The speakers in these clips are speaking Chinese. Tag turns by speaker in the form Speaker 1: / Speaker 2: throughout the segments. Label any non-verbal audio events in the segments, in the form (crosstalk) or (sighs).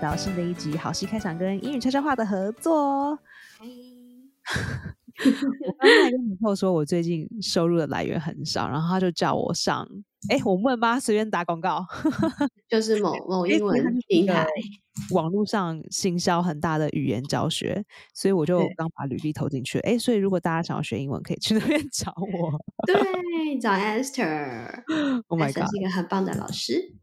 Speaker 1: 到新的一集好戏开场跟英语悄悄话的合作哦。
Speaker 2: 嗨，
Speaker 1: 我刚才跟女后说，我最近收入的来源很少，然后她就叫我上，哎，我问吧，随便打广告，
Speaker 2: 就是
Speaker 1: (laughs)
Speaker 2: 某某英
Speaker 1: 它
Speaker 2: 文
Speaker 1: 就是一
Speaker 2: 平
Speaker 1: 个 (laughs)
Speaker 2: 台，
Speaker 1: 网络上行销很大的语言教学，所以我就
Speaker 2: 对
Speaker 1: 刚把履历投进去。哎，所以如果大家想要学英文，可以去那边 (laughs) 找我。
Speaker 2: 对，找 Esther，
Speaker 1: Oh my god！
Speaker 2: 是一个很棒的老师，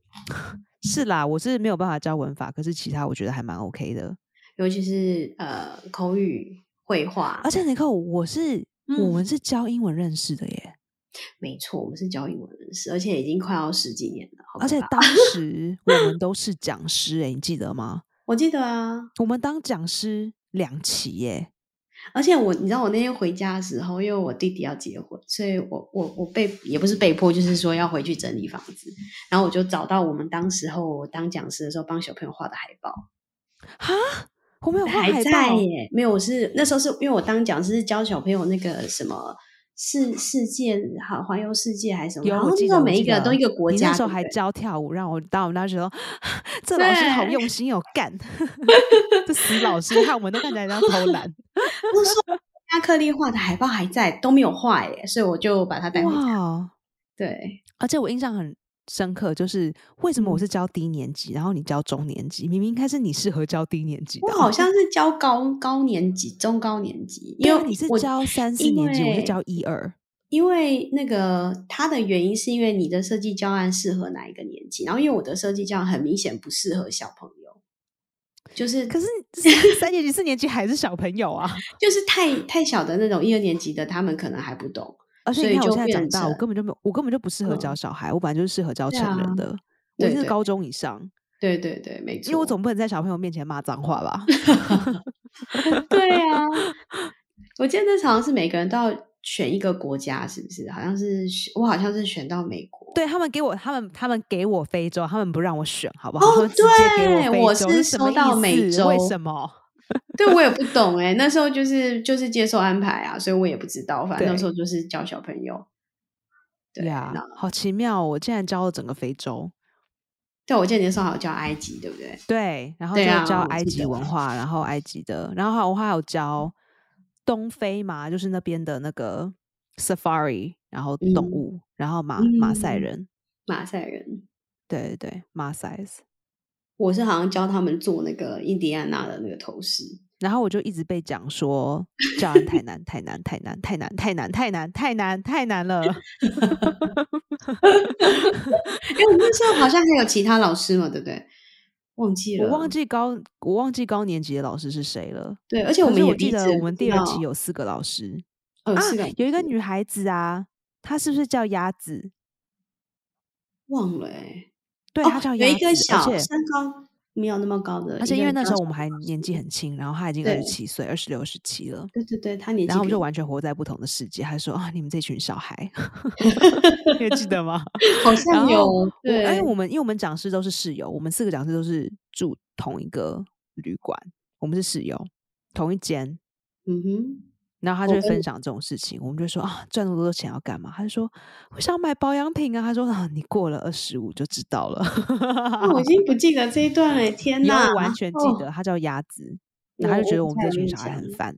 Speaker 1: 是啦，我是没有办法教文法，可是其他我觉得还蛮 OK 的。
Speaker 2: 尤其是呃口语绘画
Speaker 1: 而，且你看，我是、我
Speaker 2: 嗯
Speaker 1: 们是教英文认识的耶，
Speaker 2: 没错，我们是教英文人士，而且已经快要十几年了，好
Speaker 1: 而
Speaker 2: 可
Speaker 1: 且
Speaker 2: 怕 (laughs)
Speaker 1: 当时我们都是讲师哎，你记得吗？
Speaker 2: 我记得啊，
Speaker 1: 我们当讲师两期耶，
Speaker 2: 而且我，你知道我那天回家的时候，因为我弟弟要结婚，所以我我我被也不是被迫，就是说要回去整理房子，然后我就找到我们当时候我当讲师的时候帮小朋友画的海报，
Speaker 1: 哈，我没有画海
Speaker 2: 在
Speaker 1: 报，
Speaker 2: 耶，没有我是那时候是因为我当讲师是教小朋友那个什么世世界好环游世界还是什么，
Speaker 1: 有啊
Speaker 2: 然后
Speaker 1: 我
Speaker 2: 那
Speaker 1: 记
Speaker 2: 时
Speaker 1: 得
Speaker 2: 候
Speaker 1: 我
Speaker 2: 每
Speaker 1: 记
Speaker 2: 一个
Speaker 1: 得
Speaker 2: 都一个国
Speaker 1: 你
Speaker 2: 家，
Speaker 1: 那时候
Speaker 2: 对不
Speaker 1: 还
Speaker 2: 对
Speaker 1: 教跳舞，让我当我们当时说 (laughs) 这老师好
Speaker 2: 对
Speaker 1: 用心哦，
Speaker 2: (laughs)
Speaker 1: 干这死老师，害我们都看起来像偷
Speaker 2: (laughs)
Speaker 1: 懒。
Speaker 2: 不是说亚克力画的海报还在都没有坏耶，所以我就把它带回家，
Speaker 1: 哇！
Speaker 2: 对，
Speaker 1: 而且我印象很深刻，就是为什么我
Speaker 2: 嗯
Speaker 1: 是教低年级，然后你教中年级，明明应该是你适合教低年级的
Speaker 2: 我
Speaker 1: 啊。
Speaker 2: 好像是教高高年级、中高年级，
Speaker 1: 对
Speaker 2: 因
Speaker 1: 啊
Speaker 2: 为
Speaker 1: 你是
Speaker 2: 我
Speaker 1: 教三四
Speaker 2: 因
Speaker 1: 年级，我是
Speaker 2: 为
Speaker 1: 教一二。
Speaker 2: 因为那个它的原因是因为你的设计教案适合哪一个年级，然后因为我的设计教案很明显不适合小朋友，就是
Speaker 1: 可是三三年级、四年级还是小朋友啊！
Speaker 2: 就是太太小的那种一二年级的，他们可能还不懂。
Speaker 1: 而且
Speaker 2: (laughs) 所
Speaker 1: 你
Speaker 2: 以
Speaker 1: 看，我
Speaker 2: 就
Speaker 1: 现在长
Speaker 2: 变
Speaker 1: 大，我
Speaker 2: 成
Speaker 1: 根本就没有，我根本就不适合教
Speaker 2: 嗯
Speaker 1: 小孩，我本来就是适合教
Speaker 2: 对
Speaker 1: 成人
Speaker 2: 啊
Speaker 1: 的。我
Speaker 2: 对
Speaker 1: 一定是
Speaker 2: 对
Speaker 1: 高中以上，
Speaker 2: 对对对，没错。
Speaker 1: 因为我总不能在小朋友面前骂脏话吧？ (laughs)
Speaker 2: 对啊，我记得那好像是每个人都要选一个国家，是不是？好像是选我好像是选到美国。
Speaker 1: 对他们给我，他们他们给我非洲，他们不让我选，好不好？
Speaker 2: 哦
Speaker 1: 他们直接给
Speaker 2: 对
Speaker 1: 我非
Speaker 2: 我
Speaker 1: 洲，
Speaker 2: 是
Speaker 1: 什么
Speaker 2: 收到
Speaker 1: 意
Speaker 2: 美
Speaker 1: 思为
Speaker 2: 洲
Speaker 1: 什么？
Speaker 2: 对，我也不懂哎、那时候就是就是接受安排啊，所以我也不知道。反正那
Speaker 1: 对
Speaker 2: 时候就是教小朋友。对
Speaker 1: 呀
Speaker 2: 那
Speaker 1: 好奇妙哦！我竟然教了整个非洲，
Speaker 2: 对，我记得你那时候好像教埃及，对不对？
Speaker 1: 对，然后就
Speaker 2: 对啊
Speaker 1: 教
Speaker 2: 我
Speaker 1: 埃
Speaker 2: 记
Speaker 1: 及
Speaker 2: 得
Speaker 1: 文化，然后埃及的，然后还有我还有教东非嘛，就是那边的那个 safari，然后动
Speaker 2: 嗯
Speaker 1: 物，然后马马赛
Speaker 2: 嗯
Speaker 1: 人，
Speaker 2: 马赛人，
Speaker 1: 对对对，马赛斯。
Speaker 2: 我是好像教他们做那个印第安纳的那个头饰。
Speaker 1: 然后我就一直被讲说教案太难，太难，太难，太难，太难，太难，太难，太
Speaker 2: (laughs)
Speaker 1: 难了。
Speaker 2: 哎、我那时候好像还有其他老师嘛，对不对？忘记了，
Speaker 1: 我忘。记高我忘记高年级的老师是谁了，
Speaker 2: 对，而且
Speaker 1: 可
Speaker 2: 我
Speaker 1: 是
Speaker 2: 们也
Speaker 1: 我记
Speaker 2: 一
Speaker 1: 得
Speaker 2: 直
Speaker 1: 我们
Speaker 2: 不
Speaker 1: 第
Speaker 2: 知
Speaker 1: 二
Speaker 2: 道
Speaker 1: 期有四个老师，
Speaker 2: 哦，
Speaker 1: 啊
Speaker 2: 是的，，
Speaker 1: 有一个女孩子啊，她是不是叫鸭子？
Speaker 2: 忘了哎、
Speaker 1: 对，
Speaker 2: 哦
Speaker 1: 她叫
Speaker 2: 有
Speaker 1: 鸭
Speaker 2: 一
Speaker 1: 子，
Speaker 2: 个小
Speaker 1: 而且
Speaker 2: 身高没有那么高的，
Speaker 1: 而且
Speaker 2: 一
Speaker 1: 因
Speaker 2: 个
Speaker 1: 为那
Speaker 2: 比
Speaker 1: 时
Speaker 2: 较
Speaker 1: 候我们
Speaker 2: 小
Speaker 1: 还年纪很轻，然后她已经二
Speaker 2: 对
Speaker 1: 十七岁，二十六、二十七了，
Speaker 2: 对对对，他年纪
Speaker 1: 然后我们
Speaker 2: 比
Speaker 1: 就
Speaker 2: 我
Speaker 1: 完全活在不同的世界。还说啊，你们这群小孩，
Speaker 2: (laughs)
Speaker 1: 你还记得吗？
Speaker 2: 好
Speaker 1: 然
Speaker 2: 像
Speaker 1: 后我
Speaker 2: 有对，
Speaker 1: 哎，我们因为我们讲师都是室友，我们四个讲师都是住同一个旅馆，我们是室友，同一间。
Speaker 2: 嗯哼，
Speaker 1: 然后他就
Speaker 2: 我
Speaker 1: 会
Speaker 2: 跟
Speaker 1: 分享这种事情，我们就说啊，赚那么多钱要干嘛？他就说我想买保养品啊。他说啊，你过了二十五就知道了。啊
Speaker 2: 那啊我已经不记得这一
Speaker 1: (laughs)
Speaker 2: 段了，天
Speaker 1: 以后
Speaker 2: 哪，
Speaker 1: 我完全记
Speaker 2: 哦
Speaker 1: 得，他叫鸭子，然后他
Speaker 2: 我
Speaker 1: 就觉得
Speaker 2: 我
Speaker 1: 我
Speaker 2: 不
Speaker 1: 们
Speaker 2: 太
Speaker 1: 这
Speaker 2: 有
Speaker 1: 群
Speaker 2: 印
Speaker 1: 小孩很
Speaker 2: 象
Speaker 1: 烦。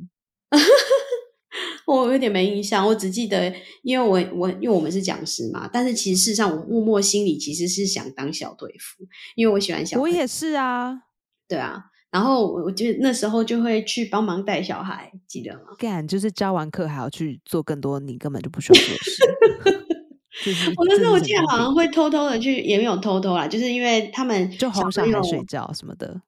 Speaker 2: 我有点没印象，我只记得，因为我我因为我们是讲师嘛，但是其实事实上我默默心里其实是想当小队服，因为我喜欢小
Speaker 1: 我
Speaker 2: 朋友，
Speaker 1: 也是啊，
Speaker 2: 对啊，然后我我就那时候就会去帮忙带小孩，记得吗？
Speaker 1: 干就是教完课还要去做更多你根本就不需要做的事。
Speaker 2: (laughs)
Speaker 1: 就是
Speaker 2: 我那时候我
Speaker 1: 真的
Speaker 2: 记
Speaker 1: 是很
Speaker 2: 得好
Speaker 1: 公
Speaker 2: 像会偷偷的去，也没有偷偷啦，就是因为他们
Speaker 1: 平就哄小
Speaker 2: 朋
Speaker 1: 孩
Speaker 2: 友，
Speaker 1: 睡觉什么的，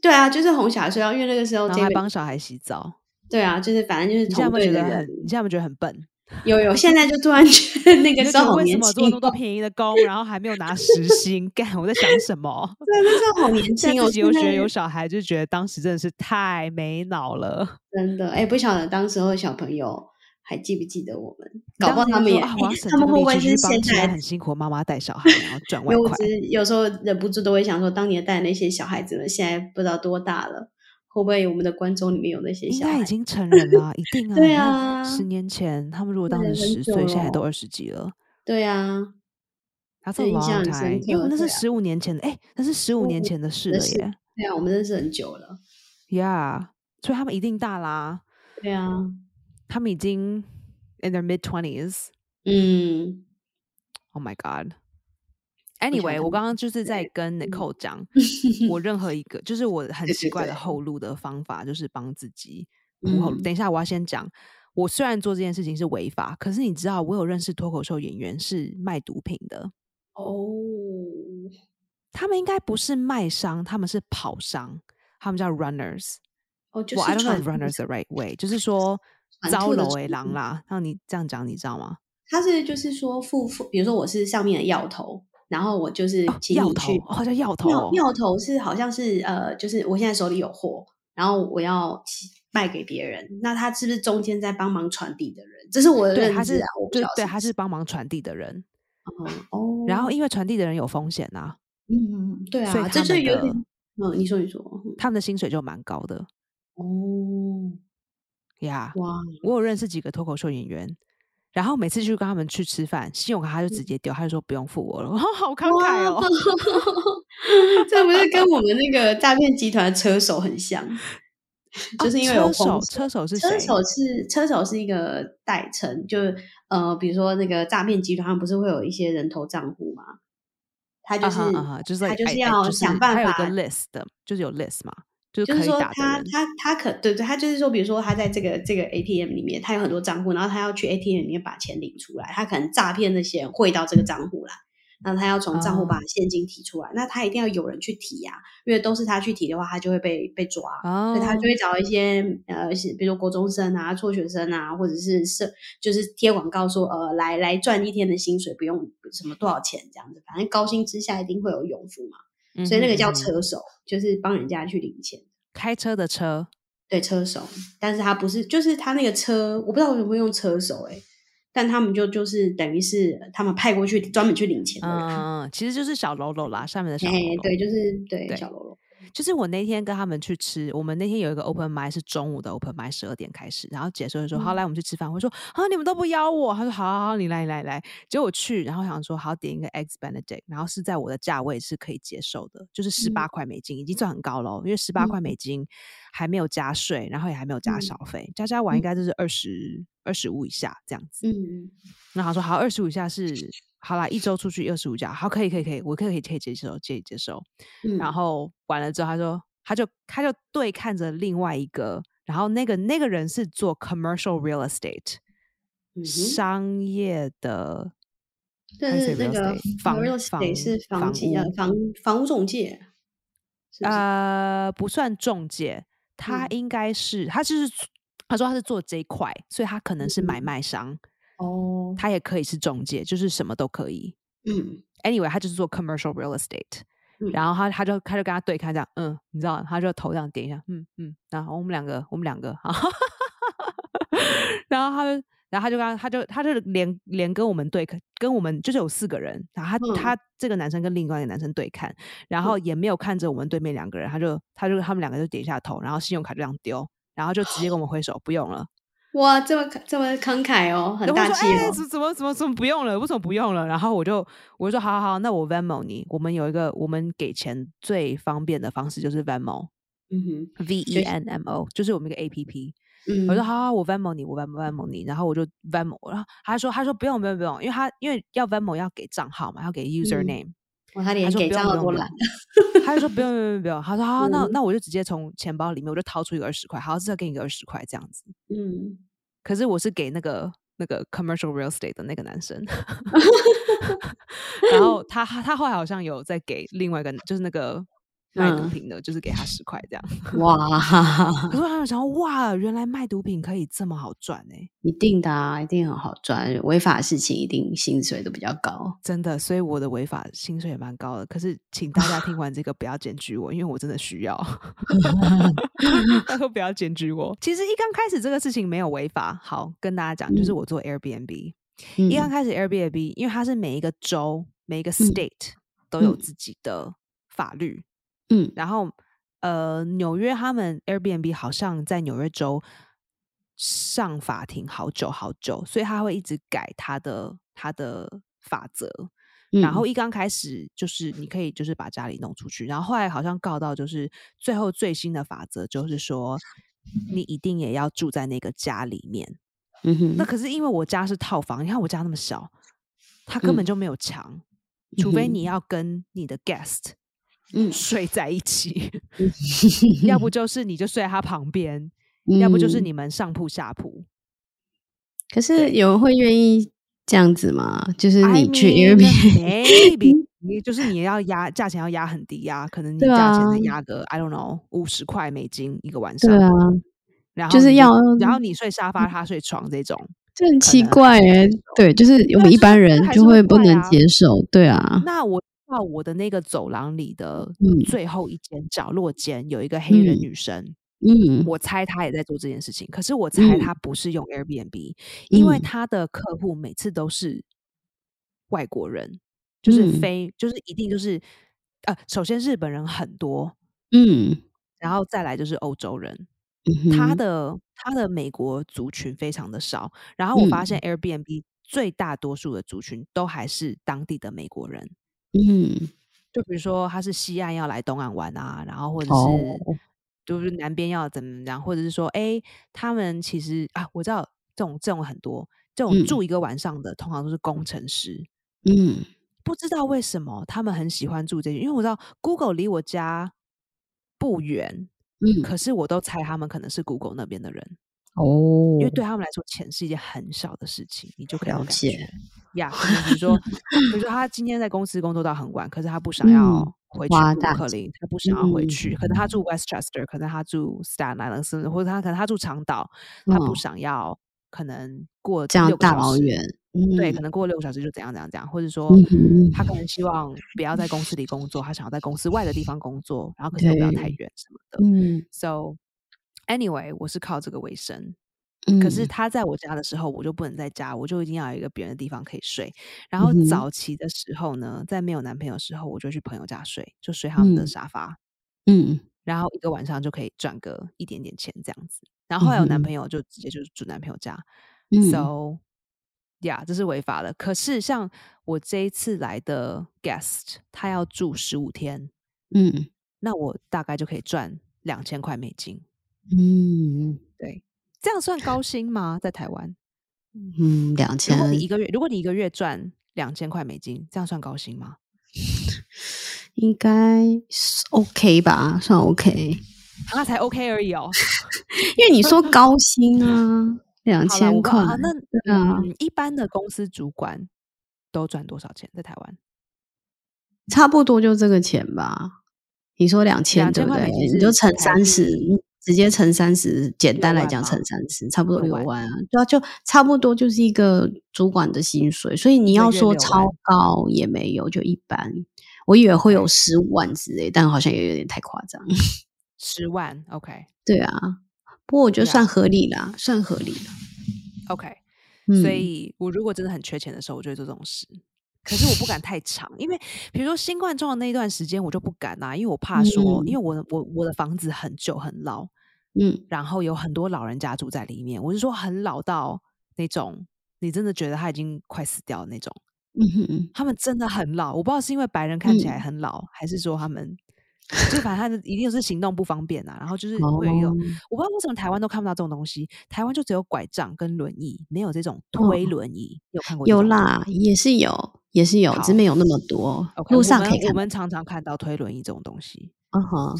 Speaker 2: 对啊，就是哄小孩睡觉，因为那个时候
Speaker 1: 然
Speaker 2: 哦这
Speaker 1: 后还
Speaker 2: 个
Speaker 1: 帮小孩洗澡。
Speaker 2: 对啊，就是反正就是
Speaker 1: 你现在有
Speaker 2: 同
Speaker 1: 没有
Speaker 2: 队
Speaker 1: 觉
Speaker 2: 的
Speaker 1: 得很
Speaker 2: 人？
Speaker 1: 你现在有没有觉得很笨？
Speaker 2: 有有，现在就突然 (laughs) 觉得
Speaker 1: (laughs)
Speaker 2: 那
Speaker 1: 你
Speaker 2: 个
Speaker 1: 就
Speaker 2: 时
Speaker 1: 觉
Speaker 2: 候
Speaker 1: 得
Speaker 2: 好
Speaker 1: 为什
Speaker 2: 年
Speaker 1: 么
Speaker 2: 轻
Speaker 1: 做那么多
Speaker 2: 哦，
Speaker 1: 便宜的工，然后还没有拿时薪？干，我在想什么？
Speaker 2: 对，啊那时候好年
Speaker 1: 现
Speaker 2: 轻
Speaker 1: 在
Speaker 2: 哦，
Speaker 1: 自己有
Speaker 2: 现在
Speaker 1: 学有小孩，就觉得当时真的是太没脑了。
Speaker 2: 真的，哎，不晓得当时候小朋友还记不记得我们？
Speaker 1: 当
Speaker 2: 搞不好
Speaker 1: 时就
Speaker 2: 他们
Speaker 1: 说
Speaker 2: 也，
Speaker 1: 啊
Speaker 2: 哎
Speaker 1: 我要省
Speaker 2: 他
Speaker 1: 这
Speaker 2: 们
Speaker 1: 个
Speaker 2: 会
Speaker 1: 力
Speaker 2: 不会
Speaker 1: 气去
Speaker 2: 是
Speaker 1: 帮
Speaker 2: 现
Speaker 1: 其他
Speaker 2: 在？
Speaker 1: 很辛苦的妈妈带小孩，然后赚外
Speaker 2: 因为我
Speaker 1: 快
Speaker 2: 只。是有时候忍不住都会想说，当年带那些小孩子们，现在不知道多大了，会不会我们的观众里面有那些
Speaker 1: 应
Speaker 2: 小
Speaker 1: 该
Speaker 2: 孩
Speaker 1: 已？经成人了啊，一定啊！
Speaker 2: 对
Speaker 1: 你看
Speaker 2: 啊
Speaker 1: 十年前他们如果
Speaker 2: 对
Speaker 1: 当时
Speaker 2: 很
Speaker 1: 十
Speaker 2: 久
Speaker 1: 岁，现在都
Speaker 2: 咯
Speaker 1: 二十几了。
Speaker 2: 对啊，
Speaker 1: That's
Speaker 2: 对
Speaker 1: a
Speaker 2: 印象
Speaker 1: long
Speaker 2: 很深
Speaker 1: time，因为
Speaker 2: 刻
Speaker 1: 那是
Speaker 2: 对啊
Speaker 1: 十五年前的，哎、那是十五年
Speaker 2: 嗯
Speaker 1: 前的事
Speaker 2: 那
Speaker 1: 了
Speaker 2: 是
Speaker 1: 耶。
Speaker 2: 对啊，我们认识很久了。
Speaker 1: ，Yeah，所以他们一定大啦，
Speaker 2: 对啊，
Speaker 1: 他们已经 in their mid twenties。
Speaker 2: 嗯，
Speaker 1: Oh my god。
Speaker 2: 想
Speaker 1: Anyway，
Speaker 2: 他
Speaker 1: 我
Speaker 2: 们
Speaker 1: 刚刚就是在跟 Nicole 讲，我任何
Speaker 2: (laughs)
Speaker 1: 一个就是我很
Speaker 2: 嗯对
Speaker 1: 奇
Speaker 2: 对
Speaker 1: 怪的
Speaker 2: 对
Speaker 1: 后路的方法，就是帮自己铺后路。
Speaker 2: 嗯
Speaker 1: 等一下，我要先讲，我虽然做这件事情是违法，可是你知道，我有认识脱口秀演员是卖毒品的，
Speaker 2: 哦，
Speaker 1: 他们应该不是卖商，他们是跑商，他们叫 runners。
Speaker 2: 哦，就
Speaker 1: 我 I
Speaker 2: 是
Speaker 1: don't know
Speaker 2: 传
Speaker 1: if runners the right way，就是说
Speaker 2: 传
Speaker 1: 招
Speaker 2: 吐的
Speaker 1: 楼
Speaker 2: 传
Speaker 1: 为狼
Speaker 2: 吐
Speaker 1: 啦。让你这样讲，你知道吗？
Speaker 2: 他是就是说付付，比如说我是上面的药头，然后我就是
Speaker 1: 哦
Speaker 2: 请
Speaker 1: 药
Speaker 2: 你
Speaker 1: 头
Speaker 2: 去，
Speaker 1: 哦，叫药头
Speaker 2: 药
Speaker 1: 哦，
Speaker 2: 药头是好像是呃，就是我现在手里有货，然后我要起卖给别人，那他是不是中间在帮忙传递的人？这是我的
Speaker 1: 对，
Speaker 2: 认
Speaker 1: 他
Speaker 2: 知
Speaker 1: 是
Speaker 2: 啊，我不
Speaker 1: 对
Speaker 2: 晓得
Speaker 1: 对，
Speaker 2: 不
Speaker 1: 他是帮忙传递的人。
Speaker 2: 嗯哦，
Speaker 1: 然后因为传递的人有风险呐、
Speaker 2: 嗯，对
Speaker 1: 所以
Speaker 2: 啊，
Speaker 1: 他
Speaker 2: 这就
Speaker 1: 们
Speaker 2: 有
Speaker 1: 的
Speaker 2: 点嗯，你说你说
Speaker 1: 他们的薪水就蛮高的
Speaker 2: 哦，
Speaker 1: 呀。
Speaker 2: 哇，
Speaker 1: 我有认识几个脱口秀演员，然后每次去跟他们去吃饭，信用卡他就直接丢，他就说不用付我了， (laughs) 好慷慨
Speaker 2: 嗯
Speaker 1: (laughs)
Speaker 2: 哇
Speaker 1: 哦。
Speaker 2: 这不是跟我们那个诈骗集团的车手很像，
Speaker 1: 哦
Speaker 2: 就是因为有
Speaker 1: 车手，
Speaker 2: 风险
Speaker 1: 车手是谁
Speaker 2: 车？手是车手是一个代称，就是呃，比如说那个诈骗集团，他们不是会有一些人头账户吗？他就
Speaker 1: 啊
Speaker 2: 是、
Speaker 1: 哈啊哈，就是
Speaker 2: 他
Speaker 1: like-
Speaker 2: 就是
Speaker 1: I- I-
Speaker 2: 要
Speaker 1: 就是
Speaker 2: 想办
Speaker 1: 他有一
Speaker 2: 法
Speaker 1: 个 list 的，就是有 list 嘛，就是
Speaker 2: 就
Speaker 1: 可
Speaker 2: 是
Speaker 1: 以
Speaker 2: 说
Speaker 1: 打的
Speaker 2: 他
Speaker 1: 人。
Speaker 2: 他他可对对，他就是说，比如说他在这个这个 ATM 里面，他有很多账户，然后他要去 ATM 里面把钱领出来，他可能诈骗那些人汇到这个账户来，那他要从账户把
Speaker 1: 哦
Speaker 2: 现金提出来，那他一定要有人去提呀、因为都是他去提的话，他就会被被抓。
Speaker 1: 哦
Speaker 2: 所以他就会找一些呃，是比如国中生啊、辍学生啊，或者是社，就是贴广告说呃，来来赚一天的薪水，不用什么多少钱这样子，反正高薪之下一定会有勇夫嘛，
Speaker 1: 嗯
Speaker 2: 所以那
Speaker 1: 哼
Speaker 2: 个叫
Speaker 1: 嗯哼
Speaker 2: 车手，就是帮人家去领钱。
Speaker 1: 开车的车，
Speaker 2: 对车手，但是他不是，就是他那个车，我不知道为什么会用车手诶、但他们就就是等于是他们派过去专门去领钱的人，
Speaker 1: 嗯，其实就是小喽啰啦，上面的小喽
Speaker 2: 哎、
Speaker 1: 啰。
Speaker 2: 对，就是对
Speaker 1: 对
Speaker 2: 小喽啰，
Speaker 1: 就是我那天跟他们去吃，我们那天有一个 open m i 是中午的 open m i 十二点开始，然后解说就说、好
Speaker 2: 嗯
Speaker 1: 来我们去吃饭，我说啊你们都不邀我，他说好好好你来你来你来，结果我去，然后想说好点一个 eggs benedict，然后是在我的价位是可以接受的，就是十八块美金已经算很高了，因为十八
Speaker 2: 嗯
Speaker 1: 块美金还没有加税，然后也还没有加
Speaker 2: 嗯
Speaker 1: 小费，加加完应
Speaker 2: 嗯
Speaker 1: 该就是二十二十五以下这样子，
Speaker 2: 嗯
Speaker 1: 那他说好，二十五以下是好啦，一周出去二十五下，好，可以，可以，可以，我可以，可以，可以接受，可以接受。
Speaker 2: 嗯，
Speaker 1: 然后完了之后，他说，他就他就对看着另外一个，然后那个那个人是做 commercial real estate、
Speaker 2: 嗯哼，
Speaker 1: 商业的，
Speaker 2: 但
Speaker 1: 还
Speaker 2: 是那
Speaker 1: real
Speaker 2: 个
Speaker 1: estate，房
Speaker 2: real
Speaker 1: 房
Speaker 2: estate 是
Speaker 1: 房
Speaker 2: 房企呃
Speaker 1: 屋
Speaker 2: 房房屋中介，是不是？
Speaker 1: 呃，不算中介，他
Speaker 2: 嗯
Speaker 1: 应该是他就是他说他是做这一块，所以他可能是买
Speaker 2: 嗯
Speaker 1: 卖商，
Speaker 2: 哦，
Speaker 1: 他也可以是中介，就是什么都可以。
Speaker 2: 嗯
Speaker 1: anyway，他就是做 commercial real estate，、
Speaker 2: 嗯
Speaker 1: 然后他他就他就跟他对看这样，嗯，你知道，他就头这样点一下，嗯嗯，然后我们两个我们两个，啊 (laughs) 然后他就然后他就跟他他就他就连连跟我们对看，跟我们就是有四个人，然后他、
Speaker 2: 嗯
Speaker 1: 他这个男生跟另外一个男生对看，然后也没有看着我们对面两个人，他就他就他们两个就点一下头，然后信用卡就这样丢。然后就直接跟我们挥手，不用了。
Speaker 2: 哇，这么慷这么慷慨哦，很
Speaker 1: 然后
Speaker 2: 大
Speaker 1: 我
Speaker 2: 气
Speaker 1: 说：“哎、
Speaker 2: 哦，
Speaker 1: 怎怎么怎么怎么不用了？为什么不用了？”然后我就我就说：“好好好，那我 Venmo 你。我们有一个我们给钱最方便的方式就是 Venmo，V
Speaker 2: 嗯哼，
Speaker 1: E N M O，就是我们一个 A P P。
Speaker 2: 嗯，
Speaker 1: 我说：“好好，我 Venmo 你，我 Venmo Venmo 你。”然后我就 Venmo，然后他说：“他说不用不用不用，因为他因为要 Venmo 要给账号嘛，要给 user name、
Speaker 2: 哇，他
Speaker 1: 他
Speaker 2: 连
Speaker 1: 说
Speaker 2: 嗯给
Speaker 1: 不用
Speaker 2: 账
Speaker 1: 不
Speaker 2: 都
Speaker 1: 用不
Speaker 2: 多
Speaker 1: 用
Speaker 2: 懒，，啊 (laughs)
Speaker 1: 他就说不用不用不用。他说：“好好，那
Speaker 2: 嗯
Speaker 1: 那我就直接从钱包里面我就掏出一个二十块，好，这给你个二十块这样子。” (laughs)
Speaker 2: 嗯。
Speaker 1: 可是我是给那个那个 commercial real estate 的那个男
Speaker 2: (laughs)
Speaker 1: 生，然后他他后来好像有再给另外一个，就是那
Speaker 2: (laughs)
Speaker 1: 个卖毒
Speaker 2: 嗯
Speaker 1: 品的，就是给他十块
Speaker 2: (laughs)
Speaker 1: 这样。
Speaker 2: 哇，
Speaker 1: 可是我想想，哇，原来卖毒品可以这么好赚哎、
Speaker 2: 一定的啊，一定很好赚。违法的事情一定薪水都比较高。
Speaker 1: 真的，所以我的违法薪水也蛮高的。可是，请大家听完这个不要检举我，因为我真的需
Speaker 2: (laughs)
Speaker 1: 要。 (laughs) 他说不要检举我。其实一刚开始这个事情没有违法，好跟大家讲，就是
Speaker 2: 嗯
Speaker 1: 我做 Airbnb，、
Speaker 2: 嗯
Speaker 1: 一刚开始 Airbnb，因为它是每一个州、每一个 state 都有
Speaker 2: 嗯
Speaker 1: 自己的法律，
Speaker 2: 嗯
Speaker 1: 然后呃，纽约他们 Airbnb 好像在纽约州上法庭好久好久，所以他会一直改他的他的法则。然
Speaker 2: 嗯
Speaker 1: 后一刚开始就是你可以就是把家里弄出去，然后后来好像告到就是最后最新的法则就是说，你一定也要住在那个家里面。
Speaker 2: 嗯哼，
Speaker 1: 那可是因为我家是套房，你看我家那么小，它根
Speaker 2: 嗯
Speaker 1: 本就没有墙，除非你要跟你的 guest (laughs)
Speaker 2: 嗯
Speaker 1: 睡在一起，要不就是你就睡在他旁
Speaker 2: (laughs)
Speaker 1: 边，要不就是
Speaker 2: 嗯。
Speaker 1: 你们上铺下铺。
Speaker 2: 可是有人会愿意这样子吗？就是你
Speaker 1: I
Speaker 2: 去
Speaker 1: mean, (laughs)
Speaker 2: Airbnb，
Speaker 1: maybe
Speaker 2: (laughs)
Speaker 1: 你就是你要压价钱要压很低呀、可能你
Speaker 2: 对
Speaker 1: 价钱
Speaker 2: 啊
Speaker 1: 再压个、I don't know 五十块美金一个晚上，
Speaker 2: 对啊，
Speaker 1: 然后
Speaker 2: 就是
Speaker 1: 你
Speaker 2: 要嗯
Speaker 1: 然后你睡沙发，他睡床这种，
Speaker 2: 这很奇
Speaker 1: 能
Speaker 2: 怪哎、对，就是我
Speaker 1: 啊
Speaker 2: 们一
Speaker 1: 就是
Speaker 2: 般
Speaker 1: 这
Speaker 2: 人
Speaker 1: 还
Speaker 2: 就是
Speaker 1: 会
Speaker 2: 会不
Speaker 1: 怪
Speaker 2: 能
Speaker 1: 啊
Speaker 2: 接受，对啊，
Speaker 1: 那我到我的那个走廊里的
Speaker 2: 嗯
Speaker 1: 最后一间角落间有一个黑人
Speaker 2: 嗯
Speaker 1: 女生，
Speaker 2: 嗯
Speaker 1: 我猜她也在做这件事情。可是我猜
Speaker 2: 嗯
Speaker 1: 她不是用 Airbnb，、因为
Speaker 2: 嗯
Speaker 1: 她的客户每次都是外国人，就是
Speaker 2: 嗯
Speaker 1: 非、就是一定就是呃，首先日本人很多，
Speaker 2: 嗯
Speaker 1: 然后再来就是欧洲人，
Speaker 2: 嗯，
Speaker 1: 他
Speaker 2: 哼
Speaker 1: 的他的美国族群非常的少。然后我发
Speaker 2: 嗯
Speaker 1: 现 Airbnb 最大多数的族群都还是当地的美国人。
Speaker 2: 嗯
Speaker 1: 就比如说他是西岸要来东岸玩啊，然后或者是、
Speaker 2: 哦，
Speaker 1: 就是南边要怎么样，或者是说，哎，他们其实啊，我知道这种这种很多，这种
Speaker 2: 嗯
Speaker 1: 住一个晚上的、通常都是工程师，
Speaker 2: 嗯
Speaker 1: 不知道为什么他们很喜欢住这些，因为我知道 Google 离我家不远，
Speaker 2: 嗯
Speaker 1: 可是我都猜他们可能是 Google 那边的人，
Speaker 2: 哦
Speaker 1: 因为，对他们来说钱是一件很小的事情，你就可以有
Speaker 2: 了
Speaker 1: 感
Speaker 2: 解
Speaker 1: 觉呀。可能比如
Speaker 2: (laughs)
Speaker 1: 说，比如说他今天在公司工作到很晚，可是他不想要
Speaker 2: 嗯
Speaker 1: 回去
Speaker 2: 花
Speaker 1: 布
Speaker 2: 大
Speaker 1: 克
Speaker 2: 钱
Speaker 1: 林，他不想要回
Speaker 2: 嗯
Speaker 1: 去，可能他住 Westchester，可能他住 Staten Island，甚至或者他可能他住长岛，他不
Speaker 2: 嗯，
Speaker 1: 想要可能过
Speaker 2: 这样
Speaker 1: 六个
Speaker 2: 大
Speaker 1: 小
Speaker 2: 老
Speaker 1: 时，
Speaker 2: 远，
Speaker 1: 对，
Speaker 2: 嗯
Speaker 1: 可能过六个小时就怎样怎样怎样，或者说
Speaker 2: 嗯哼
Speaker 1: 他可能希望不要在公司里工作，他想要在公司外的地方工作，然后可是又不要太
Speaker 2: 对，
Speaker 1: 远什么的。
Speaker 2: 嗯
Speaker 1: So anyway，我是靠这个为生。可是
Speaker 2: 嗯
Speaker 1: 他在我家的时候，我就不能在家，我就一定要有一个别人的地方可以睡。然
Speaker 2: 嗯
Speaker 1: 后
Speaker 2: 哼
Speaker 1: 早期的时候呢，在没有男朋友的时候，我就去朋友家睡，就睡他们的
Speaker 2: 嗯
Speaker 1: 沙发，
Speaker 2: 嗯
Speaker 1: 然后一个晚上就可以赚个一点点钱这样子。然后
Speaker 2: 嗯
Speaker 1: 后来有男
Speaker 2: 哼
Speaker 1: 朋友就直接就是住男朋友家
Speaker 2: 嗯
Speaker 1: ，so yeah，这是违法的。可是像我这一次来的 guest，他要住十五天，
Speaker 2: 嗯
Speaker 1: 那我大概就可以赚两千块美金。
Speaker 2: 嗯
Speaker 1: 对，这样算高薪吗？在台湾，
Speaker 2: 嗯，
Speaker 1: 如
Speaker 2: 两
Speaker 1: 果你
Speaker 2: 千
Speaker 1: 一个月，如果你一个月赚两千块美金，这样算高薪吗？
Speaker 2: 应该是 OK 吧，算 OK。
Speaker 1: 啊，
Speaker 2: (laughs)
Speaker 1: 才 OK 而已哦。
Speaker 2: 因为你
Speaker 1: (laughs)
Speaker 2: 说高薪啊，两
Speaker 1: 好了，
Speaker 2: 千
Speaker 1: 我告
Speaker 2: 块，
Speaker 1: 啊，那
Speaker 2: 对啊，
Speaker 1: 嗯，一般的公司主管都赚多少钱？在台湾，
Speaker 2: 差不多就这个钱吧。你说两千
Speaker 1: 两
Speaker 2: 对
Speaker 1: 千
Speaker 2: 不
Speaker 1: 块
Speaker 2: 对？
Speaker 1: 美金
Speaker 2: 你就是乘
Speaker 1: 台
Speaker 2: 三十
Speaker 1: 币，
Speaker 2: 直接乘三十，简
Speaker 1: 六
Speaker 2: 单来
Speaker 1: 万
Speaker 2: 讲
Speaker 1: 吗？
Speaker 2: 乘三十，差不多
Speaker 1: 六
Speaker 2: 六
Speaker 1: 万，
Speaker 2: 万啊，对啊，就差不多就是一个主管的薪水。所以你
Speaker 1: 一个
Speaker 2: 要
Speaker 1: 月
Speaker 2: 说
Speaker 1: 六万
Speaker 2: 超高也没有，就一般。我以为会有
Speaker 1: ，OK，
Speaker 2: 十五万之类，但好像也有点太夸张。
Speaker 1: 十万，OK，
Speaker 2: 对啊，不过我觉得算
Speaker 1: 呀、
Speaker 2: 合理啦，算合理啦。
Speaker 1: yeah,，OK。所
Speaker 2: 嗯
Speaker 1: 以我如果真的很缺钱的时候，我就会做这种事。可是我不敢太长，因为比如说新冠状的那一段时间，我就不敢啊，因为我怕说，因为
Speaker 2: 嗯
Speaker 1: 我的我我的房子很旧很老，
Speaker 2: 嗯
Speaker 1: 然后有很多老人家住在里面，我是说很老到那种你真的觉得他已经快死掉的那种，
Speaker 2: 嗯哼
Speaker 1: 他们真的很老，我不知道是因为白人看起来
Speaker 2: 嗯，
Speaker 1: 很老，还是说他们就反正他们一定是行动不方便啊，然后就是会有一种
Speaker 2: 哦，
Speaker 1: 我不知道为什么台湾都看不到这种东西，台湾就只有拐杖跟轮椅，没有这种推
Speaker 2: 嗯。
Speaker 1: 轮椅，你有看过这
Speaker 2: 有
Speaker 1: 种吗？
Speaker 2: 啦，也是有，也是有，只是
Speaker 1: 好
Speaker 2: 没有那么多，
Speaker 1: ，OK，
Speaker 2: 路
Speaker 1: 我
Speaker 2: 上可以
Speaker 1: 们我
Speaker 2: 看到。
Speaker 1: 们常常看到推轮椅这种东西
Speaker 2: 嗯哼，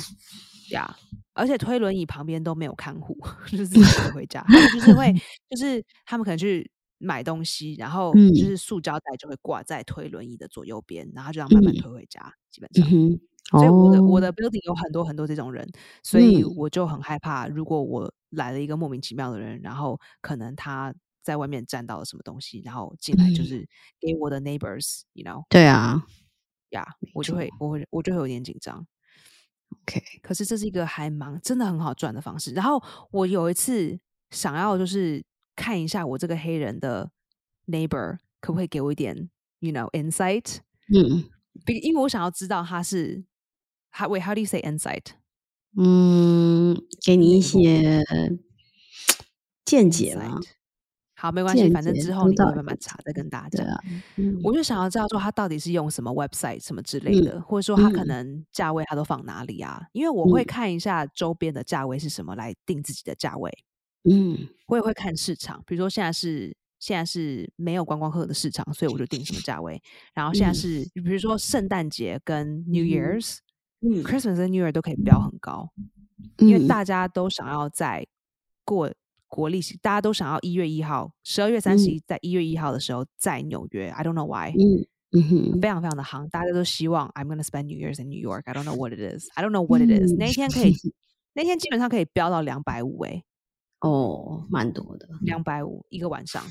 Speaker 1: 呀而且推轮椅旁边都没有看护， (laughs) 就是自己推回家，他们就是
Speaker 2: (laughs)
Speaker 1: 会就是他们可能去。买东西，然后就
Speaker 2: 嗯
Speaker 1: 是塑胶袋就会挂在推轮椅的左右边，然后就这样慢慢
Speaker 2: 嗯
Speaker 1: 推回家，基本
Speaker 2: 嗯
Speaker 1: 上。
Speaker 2: 哼，
Speaker 1: 所以我的我
Speaker 2: 哦，
Speaker 1: 的 building 有很多很多这种人，所以
Speaker 2: 嗯
Speaker 1: 我就很害怕，如果我来了一个莫名其妙的人，然后可能他在外面沾到了什么东西，然后进来就
Speaker 2: 嗯，
Speaker 1: 是给我的 neighbors，you know
Speaker 2: 对啊，
Speaker 1: 呀、yeah,，
Speaker 2: 没
Speaker 1: 我就
Speaker 2: 错
Speaker 1: 会我会我就会有点紧张。
Speaker 2: ，OK，
Speaker 1: 可是这是一个还蛮真的很好赚的方式。然后我有一次想要就是看一下我这个黑人的 neighbor 可不可以给我一点 you know insight，
Speaker 2: 嗯
Speaker 1: 比因为我想要知道他是他 wait how do you say insight
Speaker 2: 嗯，给你一
Speaker 1: 内幕
Speaker 2: 些见解啦，
Speaker 1: insight。好，没关系，
Speaker 2: 见
Speaker 1: 反正
Speaker 2: 解
Speaker 1: 之后
Speaker 2: 不
Speaker 1: 你
Speaker 2: 到
Speaker 1: 会慢
Speaker 2: 底
Speaker 1: 慢查，再跟大家
Speaker 2: 对
Speaker 1: 讲。
Speaker 2: 啊，嗯
Speaker 1: 我就想要知道说他到底是用什么 website 什么之类的，或者说他可
Speaker 2: 嗯
Speaker 1: 能价位他都放哪里啊？因为我会
Speaker 2: 嗯
Speaker 1: 看一下周边的价位是什么来定自己的价位，
Speaker 2: 嗯
Speaker 1: 我也会看市场，比如说现在是现在是没有观光客的市场，所以我就定什么价位。然后现在
Speaker 2: 嗯
Speaker 1: 是比如说圣诞节跟 New
Speaker 2: 嗯
Speaker 1: Year's、
Speaker 2: 嗯
Speaker 1: Christmas 跟 New Year 都可以标很高，因为大家都想要在过国历史，大家都想要一月一号、十二月三十一，在一月一号的时候在纽约。I don't know why，、
Speaker 2: 嗯嗯哼
Speaker 1: 非常非常的夯，大家都希望 I'm gonna spend New Year's in New York. I don't know what it is. I don't know what it is、
Speaker 2: 嗯
Speaker 1: 那一天可
Speaker 2: (laughs)
Speaker 1: 以，那天基本上可以飙到两百五，哎，
Speaker 2: 哦，蛮多的，
Speaker 1: 两百五一个晚上。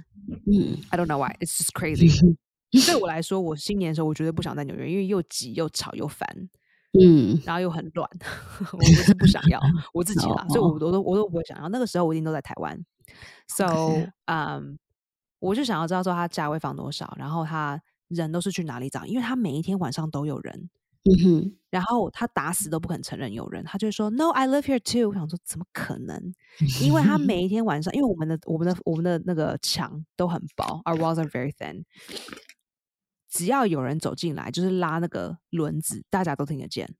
Speaker 2: 嗯
Speaker 1: I don't know why. It's just crazy.
Speaker 2: (laughs)
Speaker 1: 对我来说，我新年的时候，我绝对不想在纽约，因为又挤又吵又烦，
Speaker 2: 嗯
Speaker 1: 然后又很乱， (laughs) 我就是不想要我自己啦，所以我
Speaker 2: 哦
Speaker 1: 我都我都不会想要。那个时候我一定都在台湾，so
Speaker 2: OK
Speaker 1: 嗯、我就想要知道说它价位放多少，然后它人都是去哪里找，因为它每一天晚上都有人。
Speaker 2: 嗯哼
Speaker 1: 然后他打死都不肯承认有人，他就会说 “No, I live here too。”我想说怎么可能？因为他每一天晚上，因为我们的我们的我们的那个墙都很薄，our walls are very thin。只要有人走进来，就是拉那个轮子，大家都听得见。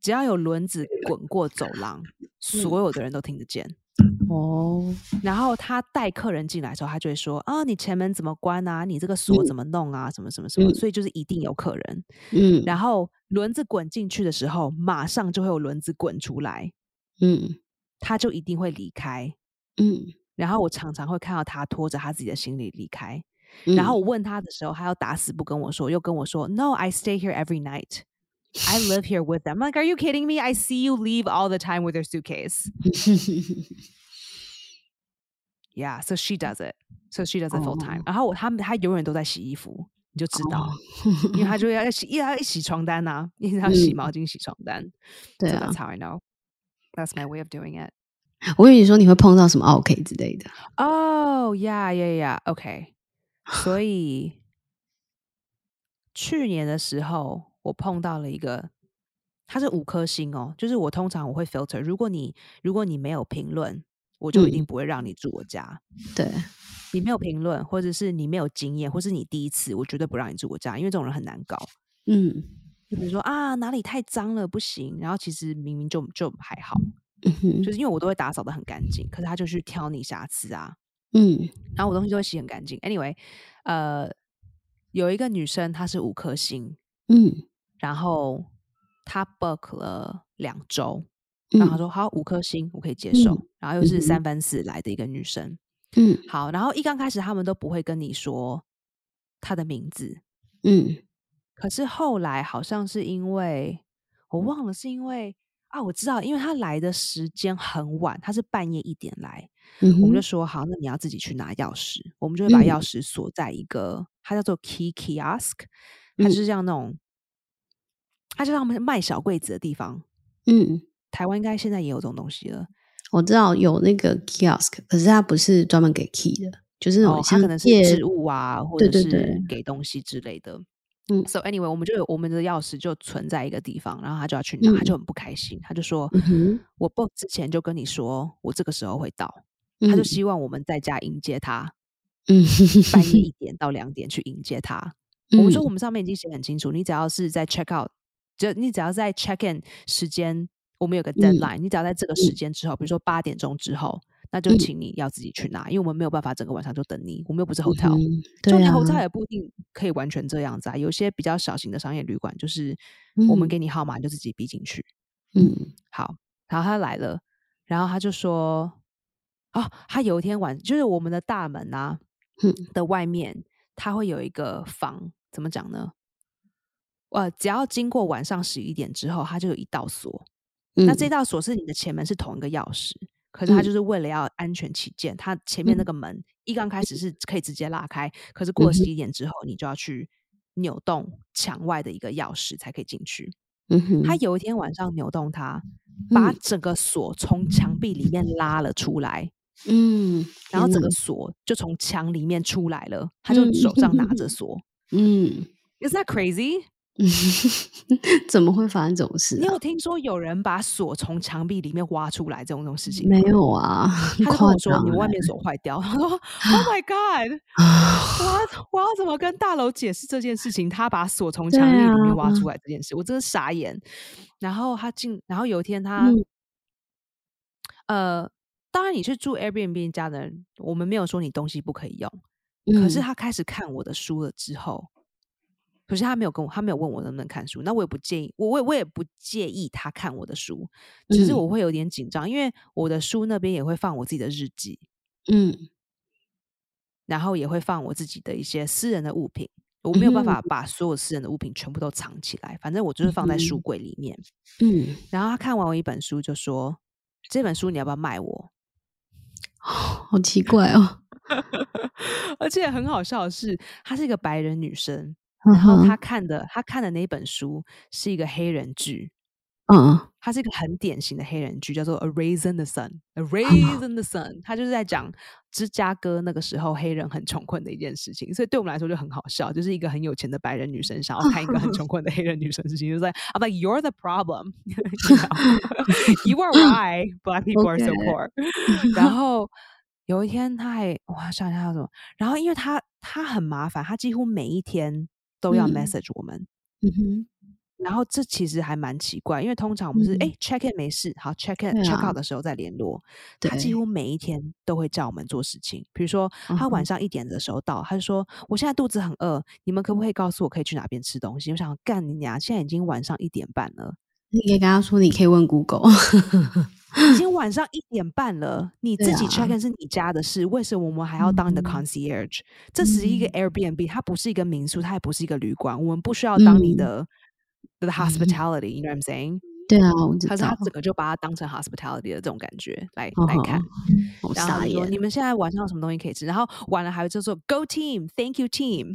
Speaker 1: 只要有轮子滚过走廊，所有的人都听得见。
Speaker 2: 哦，
Speaker 1: 然后他带客人进来的时候，他就会说：“啊，你前门怎么关啊？你这个锁怎么弄啊？什么什么什么。
Speaker 2: 嗯
Speaker 1: 所以就是一定有客人。
Speaker 2: 嗯
Speaker 1: 然后轮子滚进去的时候，马上就会有轮子滚出来，
Speaker 2: 嗯
Speaker 1: 他就一定会离开。
Speaker 2: 嗯，
Speaker 1: 然后我常常会看到他拖着他自己的行李离开。然
Speaker 2: 嗯
Speaker 1: 后我问他的时候，他又打死不跟我说，又跟我说：“No, I stay here every night. I
Speaker 2: (sighs)
Speaker 1: live here with them. Like, are you kidding me? I see you leave all the time with your
Speaker 2: (laughs)
Speaker 1: suitcase.
Speaker 2: 嗯
Speaker 1: Yeah, so she does it. So she does it full time.
Speaker 2: 哦
Speaker 1: 然后我他们他永远都在洗衣服，你就知道，
Speaker 2: 哦
Speaker 1: 因为他就要洗，要洗床单呐、啊，一直要洗
Speaker 2: 嗯
Speaker 1: 毛巾、洗床单。
Speaker 2: 对
Speaker 1: So
Speaker 2: 啊
Speaker 1: that's，how I know. That's my way of doing it.
Speaker 2: 我以为说你会碰到什么 OK 之类的，
Speaker 1: Oh, yeah, yeah, yeah. Okay. 所以去年的时候，我碰到了一个，它是五颗星哦。就是我通常我会 filter，如果你如果你没有评论，我就一定
Speaker 2: 嗯
Speaker 1: 不会让你住我家。
Speaker 2: 对，
Speaker 1: 你没有评论，或者是你没有经验，或是你第一次，我绝对不让你住我家，因为这种人很难搞。
Speaker 2: 嗯
Speaker 1: 就比如说啊，哪里太脏了不行，然后其实明明就就还好，
Speaker 2: 嗯哼
Speaker 1: 就是因为我都会打扫的很干净，可是他就去挑你瑕疵啊，
Speaker 2: 嗯
Speaker 1: 然后我东西都会洗很干净。Anyway，呃，有一个女生她是五颗星，
Speaker 2: 嗯
Speaker 1: 然后她 book 了两周，然后她
Speaker 2: 嗯
Speaker 1: 说好五颗星我可以接
Speaker 2: 嗯
Speaker 1: 受，然后又是
Speaker 2: 嗯哼
Speaker 1: 三番四来的一个女生，
Speaker 2: 嗯
Speaker 1: 好，然后一刚开始他们都不会跟你说她的名字，
Speaker 2: 嗯
Speaker 1: 可是后来好像是因为我忘了是因为。啊，我知道，因为她来的时间很晚，她是半夜一点来，
Speaker 2: 嗯
Speaker 1: 我们就
Speaker 2: 哼，
Speaker 1: 说好，那你要自己去拿钥匙，我们就会把
Speaker 2: 嗯
Speaker 1: 钥匙锁在一个，它叫做 key kiosk，它就
Speaker 2: 嗯
Speaker 1: 是像那种，它就像我们卖小柜子的地方。
Speaker 2: 嗯。
Speaker 1: 台湾应该现在也有这种东西了，
Speaker 2: 我知道有那个 kiosk，可是它不是专门给 key 的，就是那
Speaker 1: 哦
Speaker 2: 种，
Speaker 1: 它
Speaker 2: 像
Speaker 1: 可能是
Speaker 2: 借
Speaker 1: 置物啊，或
Speaker 2: 对
Speaker 1: 者
Speaker 2: 对
Speaker 1: 是
Speaker 2: 对
Speaker 1: 给东西之类的。
Speaker 2: 嗯
Speaker 1: So anyway，我们就有我们的钥匙就存在一个地方，然后他就要去拿，他就很不开心，他就说
Speaker 2: 嗯哼：“
Speaker 1: 我 book 之前就跟你说，我这个时候会到。”
Speaker 2: 嗯
Speaker 1: 他就希望我们在家迎接他，
Speaker 2: 嗯
Speaker 1: 半夜
Speaker 2: (laughs)
Speaker 1: 一点到两点去迎接他。我们说
Speaker 2: 嗯
Speaker 1: 我们上面已经写很清楚，你只要是在 check out，就你只要在 check in 时间，我们有个
Speaker 2: 嗯
Speaker 1: deadline，、你只要在这个时间之后，比如说八点钟之后，那就
Speaker 2: 嗯
Speaker 1: 请你要自己去拿，因为我们没有办法整个晚上就等你，我们又不是
Speaker 2: 嗯
Speaker 1: hotel，、
Speaker 2: 嗯
Speaker 1: 就
Speaker 2: 对
Speaker 1: 连
Speaker 2: 啊，
Speaker 1: hotel 也不一定可以完全这样子啊。有些比较小型的商业旅馆，就是我们
Speaker 2: 嗯
Speaker 1: 给你号码，你就自己逼进去。
Speaker 2: 嗯
Speaker 1: 好，然后他来了，然后他就说，哦，他有一天晚，就是我们的大门啊
Speaker 2: 嗯
Speaker 1: 的外面，他会有一个房，怎么讲呢？呃，只要经过晚上十一点之后，它就有一道锁。那这
Speaker 2: 嗯
Speaker 1: 道锁是你的前门是同一个钥匙，可是它
Speaker 2: 嗯
Speaker 1: 就是为了要安全起见，它前面那
Speaker 2: 嗯
Speaker 1: 个门一刚开始是可以直接拉开，可是过了
Speaker 2: 嗯哼
Speaker 1: 十一点之后，你就要去扭动墙外的一个钥匙才可以进去。
Speaker 2: 嗯哼，
Speaker 1: 他有一天晚上扭动它，把
Speaker 2: 嗯
Speaker 1: 整个锁从墙壁里面拉了出来，
Speaker 2: 嗯，
Speaker 1: 然后
Speaker 2: 天
Speaker 1: 整
Speaker 2: 哪
Speaker 1: 个锁就从墙里面出来了，他就手上拿着
Speaker 2: 嗯
Speaker 1: 锁。
Speaker 2: 嗯
Speaker 1: Is that crazy？
Speaker 2: 怎么会发生这种事、
Speaker 1: 你
Speaker 2: 啊？
Speaker 1: 有听说有人把锁从墙壁里面挖出来这种这种事情吗？
Speaker 2: 没有啊，很
Speaker 1: 他就跟
Speaker 2: 夸
Speaker 1: 我说
Speaker 2: 张
Speaker 1: 你
Speaker 2: 欸
Speaker 1: 外面锁坏掉， (laughs) 他说 Oh my God，
Speaker 2: 啊！
Speaker 1: 我要我要怎么跟大楼解释这件事情？他把锁从
Speaker 2: 对
Speaker 1: 墙壁里
Speaker 2: 啊
Speaker 1: 面挖出来这件事，我真的傻眼。然后他进，然后有一天他、
Speaker 2: 嗯
Speaker 1: 呃，当然你去住 Airbnb 家的人，我们没有说你东西不可以用，可
Speaker 2: 嗯
Speaker 1: 是他开始看我的书了之后，可是他没有跟我，他没有问我能不能看书，那我也不介意，我我也我也不介意他看我的书，只是
Speaker 2: 嗯
Speaker 1: 我会有点紧张，因为我的书那边也会放我自己的日记，
Speaker 2: 嗯
Speaker 1: 然后也会放我自己的一些私人的物品。我没有办
Speaker 2: 嗯
Speaker 1: 法把所有私人的物品全部都藏起来，反正我就是放在书
Speaker 2: 嗯
Speaker 1: 柜里面。
Speaker 2: 嗯，
Speaker 1: 然后他看完我一本书，就说：“这本书你要不要卖我？” (laughs)
Speaker 2: 好奇怪哦。
Speaker 1: 而且很好笑的是，她是一个白人女生，(laughs)
Speaker 2: 然
Speaker 1: 然后她看的她看的那一本书是一个黑人剧，
Speaker 2: 嗯
Speaker 1: 它是一个很典型的黑人剧，叫做《A Raisin the Sun》。《A
Speaker 2: 哦
Speaker 1: Raisin the Sun》，它就是在讲芝加哥那个时候黑人很穷困的一件事情，所以对我们来说就很好笑，就是一个很有钱的白人女生想要看一
Speaker 2: (laughs)
Speaker 1: 个很穷困的黑人女生的事情，就是 like I'm like you're the problem, (laughs) you, know? (laughs) you are why
Speaker 2: (laughs)
Speaker 1: black people are so
Speaker 2: Okay.
Speaker 1: poor 。
Speaker 2: (laughs)
Speaker 1: 然后有一天他还我想一下他怎么，然后因为他他很麻烦，他几乎每一天都要
Speaker 2: 嗯
Speaker 1: message 我们。
Speaker 2: 嗯哼，
Speaker 1: 然后这其实还蛮奇怪，因为通常我们是哎、
Speaker 2: 嗯
Speaker 1: check in 没事，好 check in、
Speaker 2: 对
Speaker 1: check
Speaker 2: 啊
Speaker 1: out 的时候再联络。他
Speaker 2: 对
Speaker 1: 几乎每一天都会叫我们做事情，比如说他
Speaker 2: 嗯哼
Speaker 1: 晚上一点的时候到，他就说我现在肚子很饿，你们可不可以告诉我可以去哪边吃东西？我想干你娘，现在已经晚上一点半了，
Speaker 2: 你可以跟他说，你可以问 Google。 (laughs)
Speaker 1: 已经晚上一点半了，你
Speaker 2: 对
Speaker 1: 自己
Speaker 2: 啊
Speaker 1: check in 是你家的事，为什么我们还要当你的
Speaker 2: 嗯
Speaker 1: concierge？、这只是一个
Speaker 2: 嗯
Speaker 1: Airbnb，它不是一个民宿，它也不是一个旅馆，我们不需要当你
Speaker 2: 嗯
Speaker 1: 的、the hospitality，you know what I'm saying？
Speaker 2: 对啊，我知
Speaker 1: 可是他
Speaker 2: 道。
Speaker 1: 整个就把它当成 hospitality 的这种感觉来、
Speaker 2: 嗯
Speaker 1: 来看
Speaker 2: 哼，，我
Speaker 1: 然后他
Speaker 2: 傻
Speaker 1: 就说
Speaker 2: 眼。
Speaker 1: 你们现在晚上有什么东西可以吃？然后完了还有就说 Go team，Thank you
Speaker 2: (laughs)
Speaker 1: team。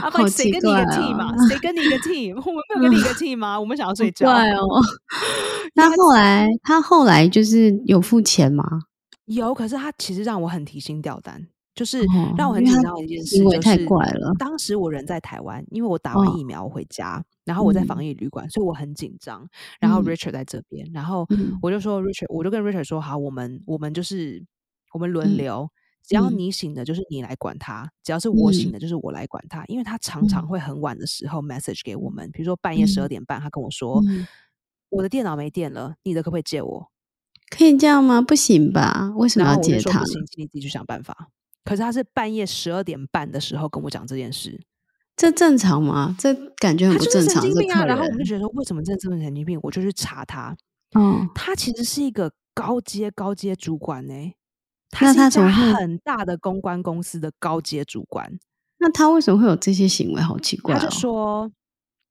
Speaker 1: 啊不，
Speaker 2: 好
Speaker 1: 谁
Speaker 2: 奇
Speaker 1: 跟你一个
Speaker 2: 怪
Speaker 1: team 啊？
Speaker 2: 哦
Speaker 1: 谁跟你一个 team？我 (laughs) 们没有跟
Speaker 2: (laughs)
Speaker 1: 你一个 team 吗？我们想要睡觉。。
Speaker 2: 怪哦那
Speaker 1: 他
Speaker 2: 后来他后来就是有付钱吗？
Speaker 1: 有，可是他其实让我很提心吊胆，就是
Speaker 2: 哦
Speaker 1: 让我很
Speaker 2: 因为
Speaker 1: 紧
Speaker 2: 他
Speaker 1: 张的一件事，
Speaker 2: 行为
Speaker 1: 就
Speaker 2: 太
Speaker 1: 是
Speaker 2: 怪了。
Speaker 1: 当时我人在台湾，因为我打完
Speaker 2: 哦
Speaker 1: 疫苗我回家，然后我在防疫旅馆，所以我很紧张。然后
Speaker 2: 嗯
Speaker 1: Richard 在这边，然后
Speaker 2: 嗯
Speaker 1: 我就说 Richard，我就跟 Richard 说，好，我们我们就是我们轮
Speaker 2: 嗯
Speaker 1: 流，只要
Speaker 2: 嗯
Speaker 1: 你醒的，就是你来管他；只要是我醒
Speaker 2: 嗯
Speaker 1: 的，就是我来管他。因为他常常
Speaker 2: 嗯
Speaker 1: 会很晚的时候 message 给我们，比如说半夜十二
Speaker 2: 嗯
Speaker 1: 点半，他跟我说、
Speaker 2: 嗯，
Speaker 1: 我的电脑没电了，你的可不可以借我？
Speaker 2: 可以这样吗？不行吧？为什么
Speaker 1: 然
Speaker 2: 要
Speaker 1: 后我就
Speaker 2: 借
Speaker 1: 说
Speaker 2: 他
Speaker 1: 不
Speaker 2: 呢？
Speaker 1: 行，请你自己去想办法。可是他是半夜十二点半的时候跟我讲这件事，
Speaker 2: 这正常吗？这感觉
Speaker 1: 他
Speaker 2: 很不
Speaker 1: 就是
Speaker 2: 正
Speaker 1: 神
Speaker 2: 常。
Speaker 1: 经
Speaker 2: 这
Speaker 1: 病啊！
Speaker 2: 客
Speaker 1: 然后我们就
Speaker 2: 人，
Speaker 1: 觉得说，为什么这这么神经病？我就去查他，
Speaker 2: 哦，
Speaker 1: 他其实是一个高阶高阶主管呢、他
Speaker 2: 那
Speaker 1: 是一
Speaker 2: 他怎
Speaker 1: 家
Speaker 2: 么会
Speaker 1: 很大的公关公司的高阶主管。
Speaker 2: 那他为什么会有这些行为？好奇怪
Speaker 1: 他
Speaker 2: 哦
Speaker 1: 就。说：“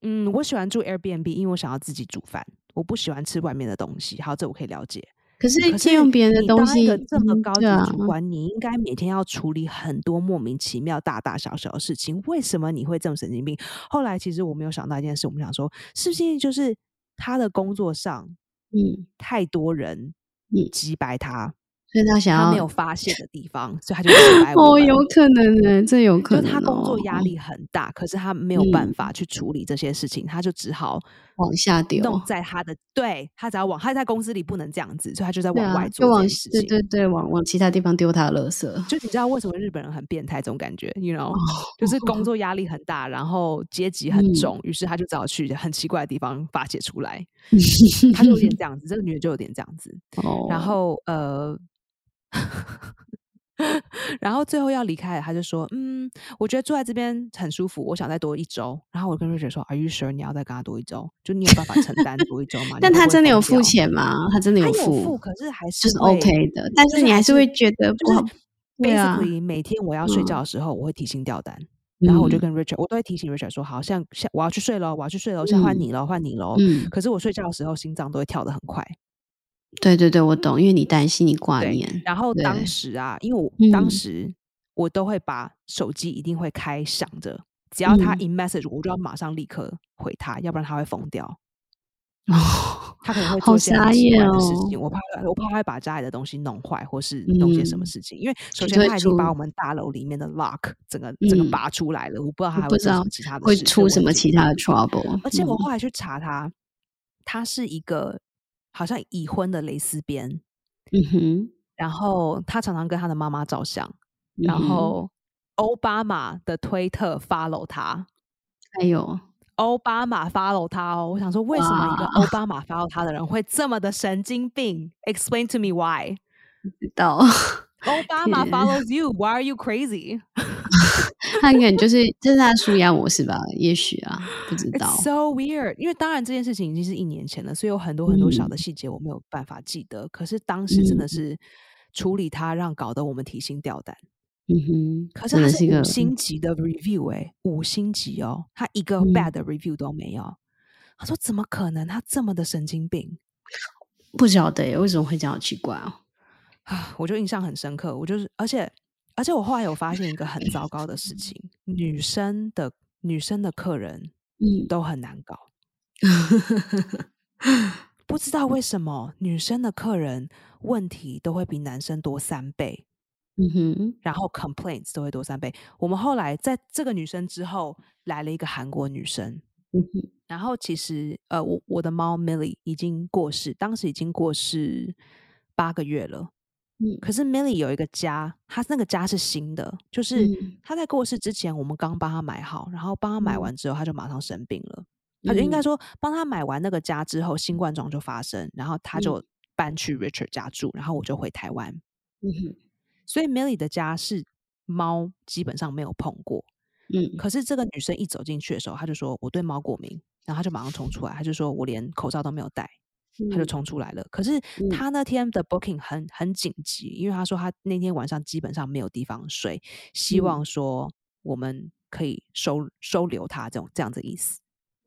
Speaker 1: 嗯，我喜欢住 Airbnb，因为我想要自己煮饭，我不喜欢吃外面的东西。好，这我可以了解。
Speaker 2: 可是
Speaker 1: 可
Speaker 2: 借
Speaker 1: 是
Speaker 2: 用别人的
Speaker 1: 你
Speaker 2: 东
Speaker 1: 当一
Speaker 2: 西，
Speaker 1: 个这么
Speaker 2: 嗯
Speaker 1: 高级
Speaker 2: 对啊
Speaker 1: 的，主管，你应该每天要处理很多莫名其妙、大大小小的事情。为什么你会这么神经病？后来其实我没有想到一件事，我们想说，是不是就是他的工作上
Speaker 2: 嗯，
Speaker 1: 太多人
Speaker 2: 嗯
Speaker 1: 击败他，
Speaker 2: 所以他想
Speaker 1: 他
Speaker 2: 要
Speaker 1: 没有发泄的地方，所以他就击
Speaker 2: (laughs)
Speaker 1: 败我
Speaker 2: 哦，
Speaker 1: 们。
Speaker 2: 有可能呢，这有可
Speaker 1: 就
Speaker 2: 能
Speaker 1: 他工作
Speaker 2: 哦
Speaker 1: 压力很大，可是他没有办
Speaker 2: 嗯
Speaker 1: 法去处理这些事情，他就只好
Speaker 2: 往下丢，
Speaker 1: 弄在他的对他只要往他在公司里不能这样子，所以他就在
Speaker 2: 对
Speaker 1: 往
Speaker 2: 啊
Speaker 1: 外，
Speaker 2: 就
Speaker 1: 做这
Speaker 2: 往
Speaker 1: 件事
Speaker 2: 对
Speaker 1: 情。
Speaker 2: 对对，往往其他地方丢他的垃圾。
Speaker 1: 就你知道为什么日本人很变态这种感觉，you know，就是工作压力很大，然后阶级很
Speaker 2: 哦嗯
Speaker 1: 重，于是他就只好去很奇怪的地方发泄出
Speaker 2: (laughs)
Speaker 1: 来。他就有点这样子，这个女的就有点这样子。
Speaker 2: 哦，
Speaker 1: 然后呃， (laughs) 然后最后要离开了，他就说：“嗯，我觉得住在这边很舒服，我想再多一周。”然后我跟瑞雪说：“Are you sure 你要再跟他多一周？就你有办法承担多一周
Speaker 2: (laughs)
Speaker 1: 吗？”你
Speaker 2: 但
Speaker 1: 会
Speaker 2: 他
Speaker 1: 不会
Speaker 2: 真的有
Speaker 1: 疯
Speaker 2: 付
Speaker 1: 掉，
Speaker 2: 钱吗？他真的
Speaker 1: 他有付，
Speaker 2: 付，
Speaker 1: 可是还是
Speaker 2: 就是
Speaker 1: 会
Speaker 2: OK 的，但
Speaker 1: 就是
Speaker 2: 你
Speaker 1: 还
Speaker 2: 还是
Speaker 1: 是
Speaker 2: 会觉得不好
Speaker 1: 就。是
Speaker 2: 对啊
Speaker 1: basically 每天我要睡
Speaker 2: 嗯
Speaker 1: 觉的时候，我会提心吊胆。然后我就
Speaker 2: 嗯
Speaker 1: 跟 Richard，我都会提醒 Richard 说：“好，像像我要去睡喽，我要去睡喽，现在换
Speaker 2: 嗯
Speaker 1: 你喽，换你喽。”
Speaker 2: 嗯，
Speaker 1: 可是我睡觉的时候，心脏都会跳得很快。
Speaker 2: 对对对，我懂，因为你担心，你挂
Speaker 1: 对，
Speaker 2: 念，
Speaker 1: 然后当
Speaker 2: 对
Speaker 1: 时啊，因为我、当
Speaker 2: 嗯
Speaker 1: 时我都会把手机一定会开响着，只要他
Speaker 2: 嗯
Speaker 1: in message，我就要马上立刻回他，要不然他会疯掉。
Speaker 2: 哦，
Speaker 1: 他可能会
Speaker 3: 好
Speaker 1: 做一些很
Speaker 3: 傻
Speaker 1: 奇怪
Speaker 3: 眼
Speaker 1: 的事
Speaker 3: 哦
Speaker 1: 情。我怕他，我怕他会把家里的东西弄坏，或是弄些什么
Speaker 3: 嗯
Speaker 1: 事情。因为首
Speaker 3: 就
Speaker 1: 先
Speaker 3: 会
Speaker 1: 他已经把
Speaker 3: 出
Speaker 1: 我们大楼里面的 lock 整个整个
Speaker 3: 嗯
Speaker 1: 拔出来了，我不知道他还
Speaker 3: 不
Speaker 1: 会
Speaker 3: 知
Speaker 1: 做
Speaker 3: 道
Speaker 1: 什么其他的
Speaker 3: 会
Speaker 1: 事，所以
Speaker 3: 出
Speaker 1: 我
Speaker 3: 什
Speaker 1: 很
Speaker 3: 么
Speaker 1: 紧
Speaker 3: 其他
Speaker 1: 张
Speaker 3: 的 trouble？
Speaker 1: 而且我
Speaker 3: 嗯
Speaker 1: 后来去查他，他是一个好像已婚的蕾丝边，
Speaker 3: 嗯哼，
Speaker 1: 然后他常常跟他的妈妈照相，
Speaker 3: 嗯
Speaker 1: 然
Speaker 3: 哼
Speaker 1: 后奥巴马的推特 follow 他。
Speaker 3: 还有
Speaker 1: 奥巴马 follow 他哦，我想说，为什么一个奥巴马 follow 他的人会这么的神经病？Explain to me why。
Speaker 3: 知道， (laughs)
Speaker 1: 奥巴马
Speaker 3: 天
Speaker 1: follows you，why are you crazy？
Speaker 3: 他可能就是这是他舒压模式吧？也许啊，不 (laughs) 知道
Speaker 1: It's。so weird，因为当然这件事情已经是一年前了，所以有很多很多小的细节我没有办法记得。可是当时真的
Speaker 3: 嗯
Speaker 1: 是处理它，让搞得我们提心吊胆。
Speaker 3: 嗯哼，
Speaker 1: 可是
Speaker 3: 真
Speaker 1: 它
Speaker 3: 的是一
Speaker 1: 五
Speaker 3: 个
Speaker 1: 星级的 review 哎、五星级哦，它一个
Speaker 3: 嗯
Speaker 1: bad 的 review 都没有。他说怎么可能？他这么的神经病
Speaker 3: 不晓得耶为什么会这样，好奇怪哦。
Speaker 1: 啊！我就印象很深刻。我就是，而且而且我后来有发现一个很糟糕的事情：女生的女生的客人
Speaker 3: 嗯， (laughs)
Speaker 1: 都很难搞。不知道为什么女生的客人问题都会比男生多三倍，
Speaker 3: 嗯哼，
Speaker 1: 然后 complaints 都会多三倍。我们后来在这个女生之后来了一个韩国女生，
Speaker 3: 嗯哼，
Speaker 1: 然后其实呃，我我的猫 Millie 已经过世，当时已经过世八个月了。
Speaker 3: 嗯
Speaker 1: 可是 Millie 有一个家，她那个家是新的，就是
Speaker 3: 嗯
Speaker 1: 她在过世之前，我们刚帮她买好，然后帮她买
Speaker 3: 嗯
Speaker 1: 完之后，她就马上生病了。她就应该
Speaker 3: 嗯
Speaker 1: 说，帮她买完那个家之后，新冠状就发生，然后她
Speaker 3: 嗯
Speaker 1: 就搬去 Richard 家住，然后我就回台湾。
Speaker 3: 嗯哼，
Speaker 1: 所以 Millie 的家是猫基本上没有碰过，
Speaker 3: 嗯，
Speaker 1: 可是这个女生一走进去的时候，她就说我对猫过敏，然后她就马上冲出来，她就说我连口罩都没有戴，她就
Speaker 3: 嗯
Speaker 1: 冲出来了。可是
Speaker 3: 嗯
Speaker 1: 她那天的 booking 很很紧急，因为她说她那天晚上基本上没有地方睡，希
Speaker 3: 嗯
Speaker 1: 望说我们可以收收留她这种这样子的意思。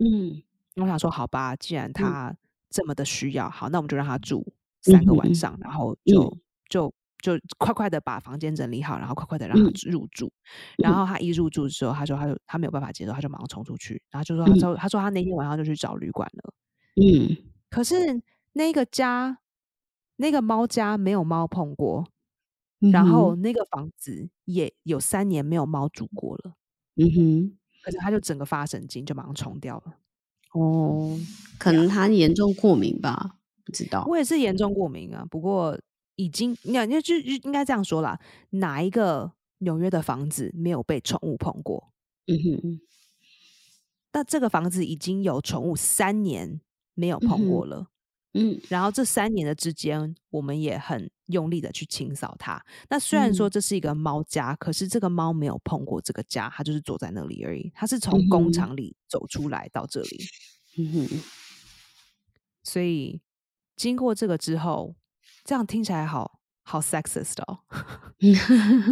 Speaker 3: 嗯
Speaker 1: 我想说，好吧，既然她这么的需要，好，那我们就让她住三个
Speaker 3: 嗯嗯
Speaker 1: 晚
Speaker 3: 嗯
Speaker 1: 上，然后就、就就快快的把房间整理好，然后快快的让她
Speaker 3: 嗯
Speaker 1: 入住。然
Speaker 3: 嗯
Speaker 1: 后他一入住之后，他说他就他没有办法接受，他就马上冲出去，然后就说他
Speaker 3: 嗯
Speaker 1: 说、他说他那天晚上就去找旅馆了。
Speaker 3: 嗯
Speaker 1: 可是那个家那个猫家没有猫碰过，
Speaker 3: 嗯，
Speaker 1: 然后那个房子也有三年没有猫住过了，
Speaker 3: 嗯哼，
Speaker 1: 可是他就整个发神经，就马上冲掉了。
Speaker 3: 哦，可能他严重过敏吧，不知道。
Speaker 1: 我也是严重过敏啊，不过已经那那就就应该这样说啦，哪一个纽约的房子没有被宠物碰过？
Speaker 3: 嗯哼，
Speaker 1: 那这个房子已经有宠物三年没有
Speaker 3: 嗯
Speaker 1: 碰
Speaker 3: 哼
Speaker 1: 过了。
Speaker 3: 嗯
Speaker 1: 然后这三年的之间，我们也很用力的去清扫它。那虽然说
Speaker 3: 嗯
Speaker 1: 这是一个猫家，可是这个猫没有碰过这个家，它就是坐在那里而已。它是从
Speaker 3: 嗯
Speaker 1: 工
Speaker 3: 哼
Speaker 1: 厂里走出来到这里，
Speaker 3: 嗯哼，
Speaker 1: 所以经过这个之后，这样听起来好好 sexist
Speaker 3: (laughs)
Speaker 1: 哦。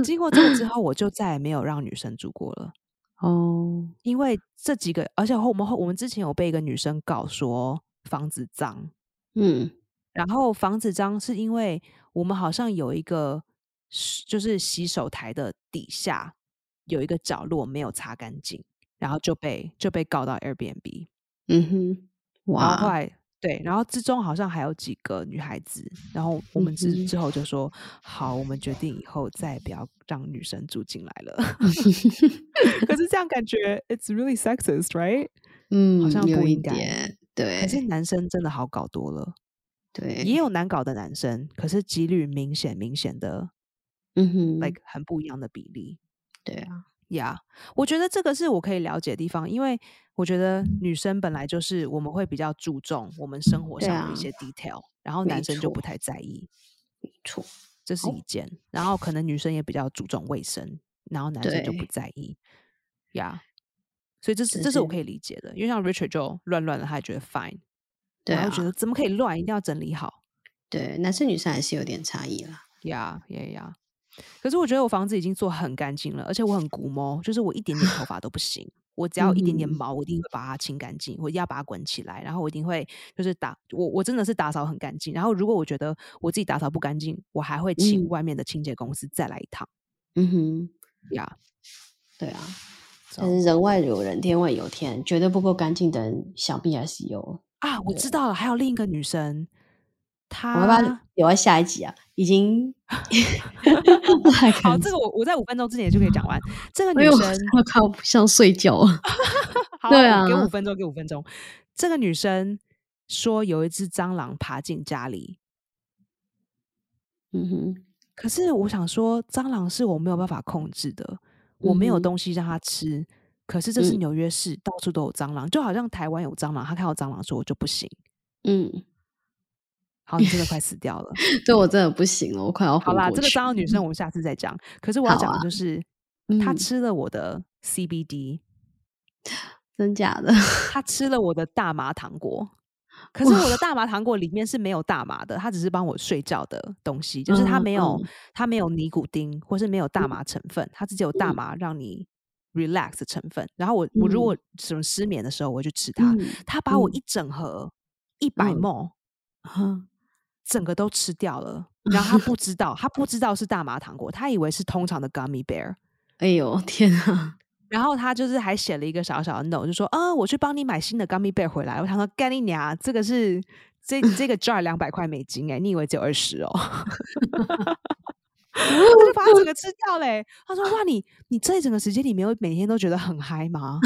Speaker 1: 经过这个之后，我就再也没有让女生住过了。
Speaker 3: 哦，
Speaker 1: 因为这几个，而且后我们后我们之前有被一个女生告说房子脏，
Speaker 3: 嗯
Speaker 1: 然后防止脏是因为我们好像有一个是就是洗手台的底下有一个角落没有擦干净，然后就被就被告到 Airbnb，
Speaker 3: 嗯哼，
Speaker 1: 然后后
Speaker 3: 哇，
Speaker 1: 来对，然后之中好像还有几个女孩子，然后我们
Speaker 3: 嗯
Speaker 1: 之、
Speaker 3: 哼
Speaker 1: 之后就说好，我们决定以后再也不要让女生住进来
Speaker 3: (laughs)
Speaker 1: 了。可是这样感觉 it's really sexist, right？
Speaker 3: 嗯，
Speaker 1: 像
Speaker 3: 有
Speaker 1: 不
Speaker 3: 一
Speaker 1: 应该
Speaker 3: 点，
Speaker 1: 可是
Speaker 3: 对
Speaker 1: 男生真的好搞多了。也
Speaker 3: 对，
Speaker 1: 有难搞的男生，可是几率明显明显的
Speaker 3: 嗯哼，
Speaker 1: like 很不一样的比例
Speaker 3: 对啊，
Speaker 1: 呀。Yeah，我觉得这个是我可以了解的地方，因为我觉得
Speaker 3: 嗯
Speaker 1: 女生本来就是我们会比较注重我们生活
Speaker 3: 对
Speaker 1: 上的一
Speaker 3: 啊
Speaker 1: 些 detail，、然后
Speaker 3: 没
Speaker 1: 男生就不
Speaker 3: 错哦
Speaker 1: 太在意，
Speaker 3: 没错，
Speaker 1: 这是
Speaker 3: 好
Speaker 1: 一件。然后可能女生也比较注重卫生，然后男生就不
Speaker 3: 对
Speaker 1: 在意呀。Yeah，所以这是
Speaker 3: 真
Speaker 1: 这是我
Speaker 3: 是
Speaker 1: 可以理解的，因为像 Richard 就乱乱的，他也觉得 fine，
Speaker 3: 对
Speaker 1: 然后
Speaker 3: 啊，
Speaker 1: 觉得怎么可以乱，一定要整理好。
Speaker 3: 对，男生女生还是有点差异啦。
Speaker 1: 呀呀呀！可是我觉得我房子已经做很干净了，而且我很古猫，就是我一点点头发都不行，我只要一点点
Speaker 3: 嗯哼
Speaker 1: 毛，我一定会把它清干净，我一定要把它滚起来，然后我一定会就是打我我真的是打扫很干净，然后如果我觉得我自己打扫不干净，我还会请
Speaker 3: 嗯
Speaker 1: 外面的清洁公司再来一趟
Speaker 3: 嗯哼，
Speaker 1: 呀。
Speaker 3: 对啊，
Speaker 1: So，
Speaker 2: 嗯
Speaker 3: 但是人外有人，天外有天，觉得不够干净的人，想必还是有。
Speaker 1: 啊，我知道了，还有另一个女生，
Speaker 4: 要
Speaker 1: 她
Speaker 4: 不要
Speaker 5: 有啊，下一集啊，已
Speaker 3: (laughs)
Speaker 1: (laughs)
Speaker 5: 经
Speaker 4: 不太
Speaker 1: 好，
Speaker 4: 看
Speaker 1: 哦这个我我在五分钟之前就可以讲完。这个
Speaker 4: 哎
Speaker 1: 女
Speaker 4: 呦，
Speaker 3: (laughs)
Speaker 1: 生，
Speaker 4: 我靠，不像睡觉啊！
Speaker 1: 好，
Speaker 4: 对
Speaker 1: 我给
Speaker 4: 啊
Speaker 1: 五分钟，给五分钟。这个女生说有一只蟑螂爬进家里，
Speaker 4: 嗯哼，
Speaker 1: 可是我想说，蟑螂是我没有办法控制的，我没有
Speaker 4: 嗯哼
Speaker 1: 东西让它吃。可是这是
Speaker 4: 嗯
Speaker 1: 纽约市，到处都有蟑螂，就好像台湾有蟑螂，他看到蟑螂说我就不行，
Speaker 4: 嗯，
Speaker 1: 好，你真的快死掉了。
Speaker 4: 对我真的不行了，我快要
Speaker 1: 好
Speaker 4: (laughs) 昏
Speaker 1: 啦，
Speaker 4: 过
Speaker 1: 这个
Speaker 4: 去
Speaker 1: 蟑螂女生我们下次再讲。可是我要
Speaker 4: 好
Speaker 1: 讲的
Speaker 4: 啊
Speaker 1: 就是，她
Speaker 4: 嗯
Speaker 1: 吃了我的 CBD，
Speaker 4: 真假的，
Speaker 1: 她吃了我的大麻糖果。可是我的大麻糖果里面是没有大麻的，它只是帮我睡觉的东西，就是它
Speaker 4: 嗯
Speaker 1: 没有、
Speaker 4: 嗯
Speaker 1: 它没有尼古丁，或是没有大麻成分，它只有
Speaker 4: 嗯
Speaker 1: 大麻让你 relax 的成分。然后我我如果什么失眠的时候，我会去吃它。
Speaker 4: 嗯
Speaker 1: 它把我
Speaker 4: 嗯
Speaker 1: 一整盒一百
Speaker 4: 嗯
Speaker 1: 梦
Speaker 4: 啊
Speaker 1: 整个都吃掉了，
Speaker 4: (laughs)
Speaker 1: 然后他不知道，他不知道是大麻糖果，他以为是通常的 gummy bear。
Speaker 4: (laughs) 哎呦天啊！
Speaker 1: 然后他就是还写了一个小小的 note，就说：“啊，我去帮你买新的 gummy bear 回来。”我想说，干你娘，这个是这这个 jar 两百块美金哎、你以为只有二十哦？ (laughs) 他就把它整个吃掉嘞、他说：“哇，你你这整个时间里面，每天都觉得很嗨吗？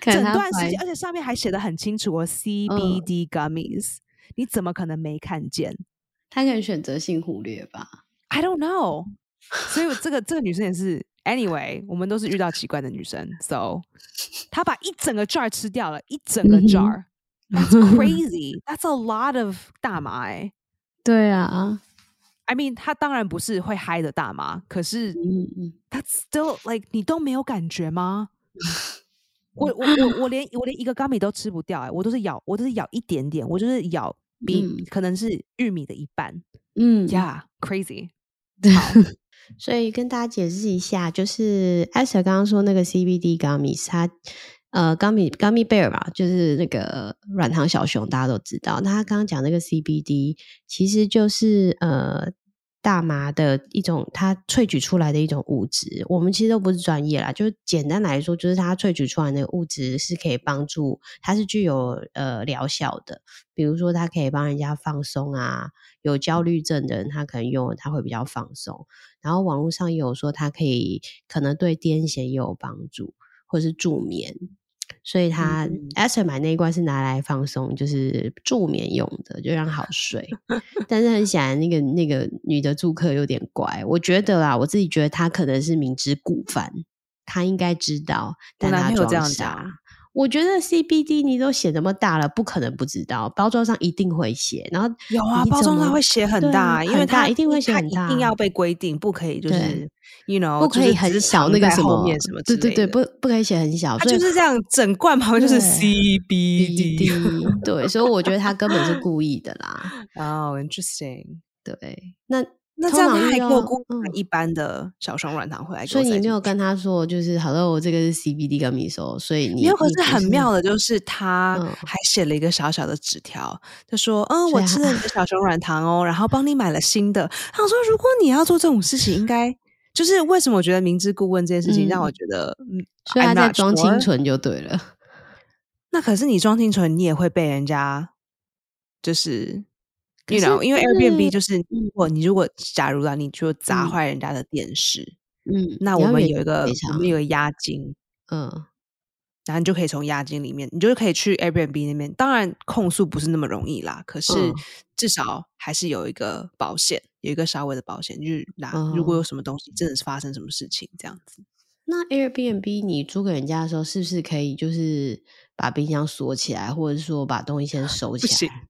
Speaker 4: 可
Speaker 1: 整
Speaker 4: 能他
Speaker 1: 段时
Speaker 4: 怀
Speaker 1: 间，而且上面还写的很清楚哦，CBD gummies，、你怎么可能没看见？
Speaker 4: 他可能选择性忽略吧。
Speaker 1: I don't know 。所以我这个这个女生也是，anyway，我们都是遇到奇怪的女生，so
Speaker 4: (laughs)
Speaker 1: 她把一整个 jar 吃掉了，一整个
Speaker 4: 嗯哼
Speaker 1: jar、That's
Speaker 4: (laughs)
Speaker 1: crazy. That's a lot of 大麻欸。
Speaker 4: 对啊，
Speaker 1: I mean，她当然不是会嗨的大麻，可是
Speaker 4: 嗯嗯，
Speaker 1: that's still like 你都没有感
Speaker 4: (laughs)
Speaker 1: 觉吗？我我我我连我连一个咖米都吃不掉哎、我都是咬我都是咬一点点，我就是咬比、
Speaker 4: 嗯
Speaker 1: 可能是玉米的一半。
Speaker 4: 嗯
Speaker 1: Yeah, crazy. 好，
Speaker 2: 所以跟大家解释一下，就是 Esther 刚刚说那个 CBD gummies，它呃 gummy gummy bear 吧，就是那个软糖小熊，大家都知道。那他刚刚讲那个 CBD，其实就是呃大麻的一种，它萃取出来的一种物质。我们其实都不是专业啦，就是简单来说，就是它萃取出来的物质是可以帮助，它是具有呃疗效的。比如说，它可以帮人家放松啊，有焦虑症的人，他可能用了他会比较放松。然后网络上也有说它可以可能对癫痫也有帮助，或是助眠。所以它 a s t e r 买那一罐是拿来放松，就是助眠用的，就让好睡。但是很显然，那个那个女的住客有点怪，我觉得啦，我自己觉得她可能是明知故犯，她应该知道，但
Speaker 1: 男
Speaker 2: 她
Speaker 1: 朋友这
Speaker 2: 装
Speaker 1: 样
Speaker 2: 傻
Speaker 1: 讲。
Speaker 2: 我觉得 CBD 你都写那么大了，不可能不知道，包装上一定会写。然后
Speaker 1: 有啊，
Speaker 2: 你
Speaker 1: 包
Speaker 2: 怎
Speaker 1: 装它
Speaker 2: 么
Speaker 1: 会写很
Speaker 2: 对
Speaker 1: 大，
Speaker 2: 啊
Speaker 1: 因
Speaker 2: 很
Speaker 1: 为
Speaker 2: 大
Speaker 1: 它
Speaker 2: 一定会写
Speaker 1: 它
Speaker 2: 很
Speaker 1: 一定要
Speaker 2: 大
Speaker 1: 被规定，不可以就
Speaker 2: 对
Speaker 1: 是，you know，
Speaker 2: 不
Speaker 1: 哦就
Speaker 2: 可以
Speaker 1: 是
Speaker 2: 很
Speaker 1: 只
Speaker 2: 小
Speaker 1: 藏
Speaker 2: 那个
Speaker 1: 在
Speaker 2: 什
Speaker 1: 后
Speaker 2: 么
Speaker 1: 面什么，之
Speaker 2: 对对
Speaker 1: 类
Speaker 2: 对，
Speaker 1: 的
Speaker 2: 不不可以写很小，
Speaker 1: 它
Speaker 2: 所以
Speaker 1: 就是这样，整罐旁边就是
Speaker 2: 对
Speaker 1: (laughs) CBD。
Speaker 2: BD 对，所以我觉得他根本是故意的啦。
Speaker 1: 哦、i n t e r e s t i n g
Speaker 2: 对，那
Speaker 1: (laughs) 那
Speaker 2: 通
Speaker 1: 这样
Speaker 2: 常
Speaker 1: 他
Speaker 2: 遇
Speaker 1: 还给
Speaker 2: 到
Speaker 1: 我估
Speaker 2: 嗯
Speaker 1: 一般的小熊软糖回来给
Speaker 2: 所
Speaker 1: 我塞进去，
Speaker 2: 以你没有跟他说，就是 Hello，这个是 CBD 跟米收，所以你
Speaker 1: 没有，可
Speaker 2: 你
Speaker 1: 是
Speaker 2: 不
Speaker 1: 很妙的就是他
Speaker 2: 嗯啊
Speaker 1: 还写了一个小小的纸条，就说：“嗯，我
Speaker 2: 所以
Speaker 1: 吃
Speaker 2: 他
Speaker 1: 了你的小熊软糖哦，然后帮你买了新的。”他说：“如果你要做这种事情，应该就是为什么我觉得明知故问这件事情让我
Speaker 2: 嗯
Speaker 1: 觉得，嗯，
Speaker 2: 所以他
Speaker 1: I'm
Speaker 2: 在
Speaker 1: not
Speaker 2: 装
Speaker 1: sure
Speaker 2: 清纯就对了。
Speaker 1: 那可是你装清纯，你也会被人家就是
Speaker 2: 可
Speaker 1: ，you
Speaker 2: 是
Speaker 1: know，因为
Speaker 2: 这
Speaker 1: Airbnb
Speaker 2: 个
Speaker 1: 就是，如果你如果假如啦，你就砸
Speaker 2: 嗯
Speaker 1: 坏人家的电视，
Speaker 2: 嗯，
Speaker 1: 那
Speaker 2: 你
Speaker 1: 我
Speaker 2: 要
Speaker 1: 们
Speaker 2: 远
Speaker 1: 有一
Speaker 2: 离
Speaker 1: 个
Speaker 2: 赔
Speaker 1: 我
Speaker 2: 偿
Speaker 1: 们有个押金，
Speaker 2: 嗯，
Speaker 1: 然后你就可以从押金里面，你就可以去 Airbnb 那边。当然，控诉不是那么容易啦，可是
Speaker 2: 嗯
Speaker 1: 至少还是有一个保险，有一个稍微的保险，就是拿如
Speaker 2: 哦
Speaker 1: 果有什么东西真的是发生什么事情这样子。
Speaker 2: 那 Airbnb 你租给人家的时候，是不是可以就是把冰箱锁起来，或者说把东西
Speaker 1: (laughs)
Speaker 2: 先收起
Speaker 1: 行
Speaker 2: 来？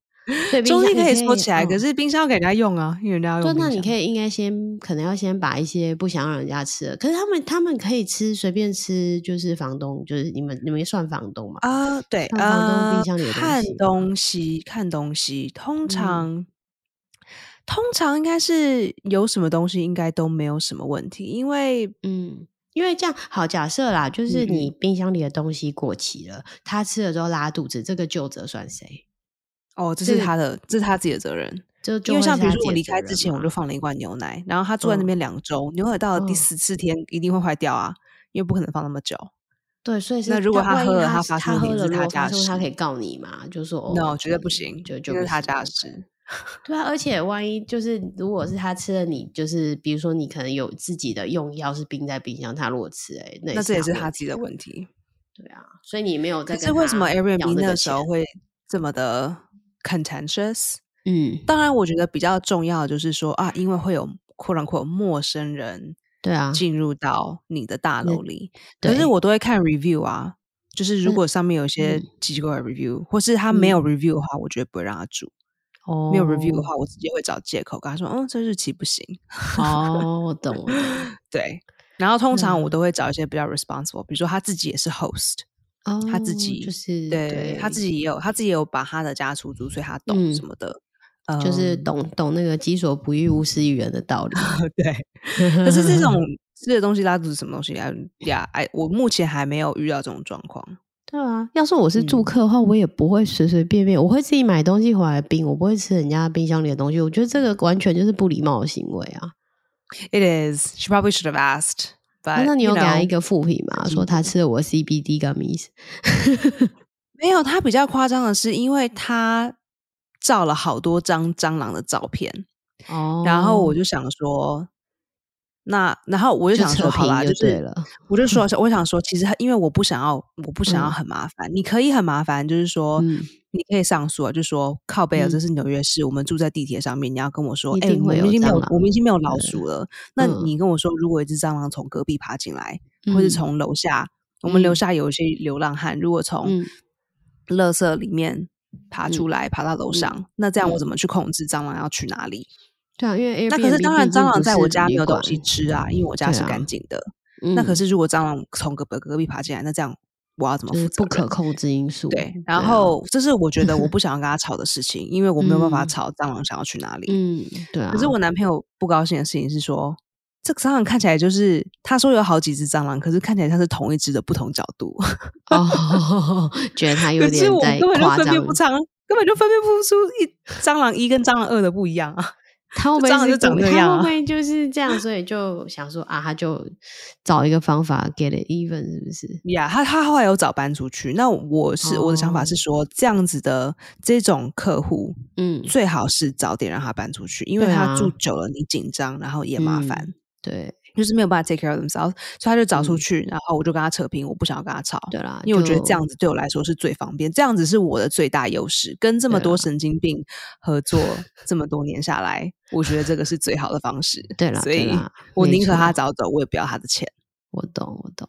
Speaker 2: 对，冰
Speaker 1: 中
Speaker 2: 箱
Speaker 1: 医可
Speaker 2: 你
Speaker 1: 以收起来，
Speaker 2: 嗯
Speaker 1: 可是冰箱要给人家用啊，因为人家要
Speaker 2: 对，
Speaker 1: 用冰
Speaker 2: 那
Speaker 1: 箱。
Speaker 2: 你可以应该先可能要先把一些不想让人家吃的，可是他们他们可以吃随便吃，就是房东就是你们你们算房东嘛？
Speaker 1: 啊，对，
Speaker 2: 像房东冰
Speaker 1: 呃
Speaker 2: 箱里的东
Speaker 1: 看
Speaker 2: 西嗯吗
Speaker 1: 东西，看东西，通常、通常应该是有什么东西应该都没有什么问题，因为
Speaker 2: 嗯，因为这样好假设啦，就是
Speaker 1: 嗯嗯
Speaker 2: 你冰箱里的东西过期了，他吃了之后拉肚子，这个旧责算谁？
Speaker 1: 哦，这是
Speaker 2: 是
Speaker 1: 他的，这是他自己的责任。
Speaker 2: 这就
Speaker 1: 因为
Speaker 2: 会
Speaker 1: 像
Speaker 2: 是
Speaker 1: 比如
Speaker 2: 他
Speaker 1: 说
Speaker 2: 自
Speaker 1: 我
Speaker 2: 己
Speaker 1: 离
Speaker 2: 的
Speaker 1: 开
Speaker 2: 责
Speaker 1: 之
Speaker 2: 任
Speaker 1: 前，我
Speaker 2: 嘛
Speaker 1: 就放了一罐牛奶，然后他住在那
Speaker 2: 嗯
Speaker 1: 边两周，牛奶到了第
Speaker 2: 嗯
Speaker 1: 十四天一定会坏掉啊，因为不可能放那么久。
Speaker 2: 对，所以是
Speaker 1: 那如果
Speaker 2: 他
Speaker 1: 他喝
Speaker 2: 万一
Speaker 1: 了
Speaker 2: 他
Speaker 1: 他
Speaker 2: 是
Speaker 1: 发
Speaker 2: 他
Speaker 1: 生
Speaker 2: 喝
Speaker 1: 你
Speaker 2: 了，
Speaker 1: 是
Speaker 2: 如
Speaker 1: 他
Speaker 2: 果
Speaker 1: 家
Speaker 2: 发生他
Speaker 1: 事
Speaker 2: 可以告你嘛？就说哦
Speaker 1: No，绝对
Speaker 2: 嗯
Speaker 1: 不行
Speaker 2: 就就
Speaker 1: 因为
Speaker 2: 不
Speaker 1: 他
Speaker 2: 行
Speaker 1: 家的
Speaker 2: 对
Speaker 1: 事。
Speaker 2: 对啊，而且万一就是如果是他吃了你，就是比如说你可能有自己的用药是冰在冰箱，他如果吃哎、那
Speaker 1: 那这也是
Speaker 2: 问
Speaker 1: 他自己的
Speaker 2: 题
Speaker 1: 问题。
Speaker 2: 对啊，所以你没有在
Speaker 1: 可
Speaker 2: 跟
Speaker 1: 是为什么
Speaker 2: 他要
Speaker 1: Airbnb
Speaker 2: 那
Speaker 1: 那
Speaker 2: 个
Speaker 1: 个时候
Speaker 2: 钱
Speaker 1: 会这么的 contentious？
Speaker 2: 嗯
Speaker 1: 当然，我觉得比较重要的就是说啊，因为会有扩张扩陌生人
Speaker 2: 对啊
Speaker 1: 进入到你的大
Speaker 2: 那
Speaker 1: 楼里，可是
Speaker 2: 对
Speaker 1: 我都会看 review 啊，就是如
Speaker 2: 那
Speaker 1: 果上面有一些
Speaker 2: 嗯
Speaker 1: 机构的 review，、或是他没
Speaker 2: 嗯
Speaker 1: 有 review 的话，我绝对不会让他住。(laughs)
Speaker 2: 哦
Speaker 1: 没有 review 的话，我直接会找借口跟他说，嗯，这日期不行。
Speaker 2: 哦，我懂我懂
Speaker 1: 对，然后通常我
Speaker 2: 那
Speaker 1: 都会找一些比较 responsible，比如说他自己也是 host，
Speaker 2: 哦，
Speaker 1: (laughs) 他自己
Speaker 2: 就是
Speaker 1: 对他自己也有他自己也有把他的家出租，所以他懂
Speaker 2: 嗯
Speaker 1: 什么的，
Speaker 2: 就是
Speaker 1: 嗯
Speaker 2: 懂懂那个己所不欲勿施于人的道理。
Speaker 1: (laughs) 对。
Speaker 2: 可
Speaker 1: 可是
Speaker 2: (laughs)
Speaker 1: 这种吃的东西拉肚子什么东西啊呀哎，我目前还没有遇到这种状况。
Speaker 2: 对啊，要是我是住
Speaker 1: 嗯
Speaker 2: 客的话，我也不会随随便便，我会自己买东西回来冰，我不会吃人家冰箱里的东西。我觉得这个完全就是不礼貌的行为啊！
Speaker 1: It is. She probably should have asked.
Speaker 2: 啊
Speaker 1: But
Speaker 2: 那你
Speaker 1: 哎 you
Speaker 2: 有给他
Speaker 1: know
Speaker 2: 一个负评吗？说他吃了我 CBD 跟 m i
Speaker 1: 没有？他比较夸张的是，因为他照了好多张蟑螂的照片，
Speaker 2: 哦
Speaker 1: 然后我就想说，那然后我就
Speaker 2: 就
Speaker 1: 想
Speaker 2: 扯
Speaker 1: 说，好
Speaker 2: 平
Speaker 1: 啦，
Speaker 2: 就
Speaker 1: 就是
Speaker 2: 对了
Speaker 1: 我就说，我想说，其实因为我不想要，我不想要
Speaker 2: 嗯
Speaker 1: 很麻烦，你可以很麻烦，就是说。
Speaker 2: 嗯
Speaker 1: 你可以上诉啊，就说靠背啊，这
Speaker 2: 嗯
Speaker 1: 是纽约市，我们住在地铁上面，你要跟我说
Speaker 2: 一，
Speaker 1: 哎、
Speaker 2: 定
Speaker 1: 我
Speaker 2: 会
Speaker 1: 们
Speaker 2: 有
Speaker 1: 已经没有
Speaker 2: 蟑螂，
Speaker 1: 我们已经没有老
Speaker 2: 对
Speaker 1: 鼠了。那
Speaker 2: 嗯
Speaker 1: 你跟我说，如果一只蟑螂从隔壁爬进来，或是
Speaker 2: 嗯
Speaker 1: 从楼下，我们楼
Speaker 2: 嗯
Speaker 1: 下有一些流浪汉，如果从
Speaker 2: 嗯
Speaker 1: 垃圾里面爬出
Speaker 2: 嗯
Speaker 1: 来，爬到楼
Speaker 2: 嗯
Speaker 1: 上，那这样我
Speaker 2: 嗯
Speaker 1: 怎么去控制蟑螂要去哪里？
Speaker 2: 对啊，因为
Speaker 1: 那可是
Speaker 2: Airbnb
Speaker 1: 当然，
Speaker 2: 毕竟
Speaker 1: 蟑螂
Speaker 2: 不
Speaker 1: 在
Speaker 2: 是
Speaker 1: 我家没
Speaker 2: 旅
Speaker 1: 有东
Speaker 2: 馆
Speaker 1: 西吃啊，因为我家
Speaker 2: 对
Speaker 1: 是
Speaker 2: 啊
Speaker 1: 干净的。那可
Speaker 2: 嗯
Speaker 1: 是如果蟑螂从隔壁隔壁爬进来，那这样我要怎么
Speaker 2: 就是
Speaker 1: 负责
Speaker 2: 不
Speaker 1: 任？
Speaker 2: 可控制因素。
Speaker 1: 对，
Speaker 2: 啊
Speaker 1: 然后这是我觉得
Speaker 2: (laughs)
Speaker 1: 我不想要跟他吵的事情，因为我没有办法
Speaker 2: 嗯
Speaker 1: 吵蟑螂想要去哪里。
Speaker 2: 嗯，对啊，
Speaker 1: 可是我男朋友不高兴的事情是说，这个蟑螂看起来就是他说有好几只蟑螂，可是看起来像是同一只的不同角度，
Speaker 2: 哦， (laughs) 觉得他
Speaker 1: (laughs)
Speaker 2: 有
Speaker 1: 可是
Speaker 2: 点
Speaker 1: 我
Speaker 2: 在
Speaker 1: 根本就
Speaker 2: 夸
Speaker 1: 分
Speaker 2: 张
Speaker 1: 辨。不长，根本就分辨不出一蟑螂一跟蟑螂二的不一样啊。
Speaker 2: 他会不
Speaker 1: 就蟑螂
Speaker 2: 会
Speaker 1: 就
Speaker 2: 是
Speaker 1: 长
Speaker 2: 故
Speaker 1: 那
Speaker 2: 他
Speaker 1: 样
Speaker 2: 会
Speaker 1: 啊
Speaker 2: 不会就是这样？所以就想说啊，他就找一个方法 get it even，是不是？
Speaker 1: 呀、他他后来有早搬出去。那我是、我的想法是
Speaker 2: 哦
Speaker 1: 说，这样子的这种客户
Speaker 2: 嗯，
Speaker 1: 最好是早点让他搬出去，因为
Speaker 2: 对
Speaker 1: 他住
Speaker 2: 啊
Speaker 1: 久了你紧张，然后也麻烦。
Speaker 2: 嗯对
Speaker 1: 就是没有办法 take care of themselves，所以他就找出
Speaker 2: 嗯
Speaker 1: 去，然后我就跟他扯平，我不想要跟他吵，
Speaker 2: 对啦，
Speaker 1: 因为我觉得这
Speaker 2: 就
Speaker 1: 样子对我来说是最方便，这样子是我的最大优势。跟这么
Speaker 2: 对啊
Speaker 1: 多
Speaker 2: 啦
Speaker 1: 神经病合作这么多年下来，我觉得这个是最好的方式。
Speaker 2: 对啦，
Speaker 1: 所
Speaker 2: 对
Speaker 1: 以
Speaker 2: 啦，
Speaker 1: 我
Speaker 2: 没
Speaker 1: 宁可他
Speaker 2: 错，
Speaker 1: 早走，我也不要他的钱。
Speaker 2: 我懂，我懂。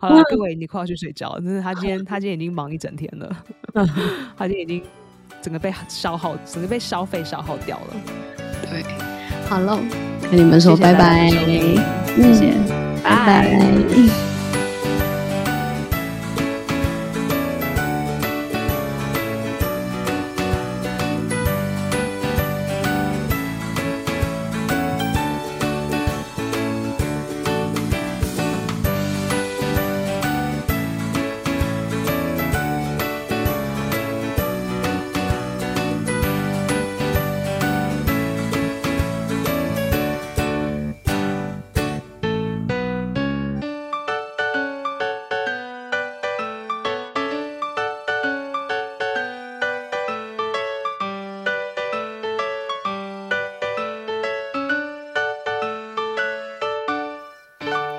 Speaker 1: 好了，各位，你快要去睡觉了，真的，他今天他今天已经忙一整天了，
Speaker 2: 嗯
Speaker 1: (laughs) 他今天已经整个被消耗，整个被消费消耗掉了。
Speaker 6: 好喽，
Speaker 2: 跟你们说
Speaker 1: 谢谢大
Speaker 2: 拜
Speaker 1: 家
Speaker 2: 拜，嗯
Speaker 1: 的收
Speaker 6: 谢
Speaker 1: 听
Speaker 6: 谢，
Speaker 1: 拜
Speaker 6: 拜拜。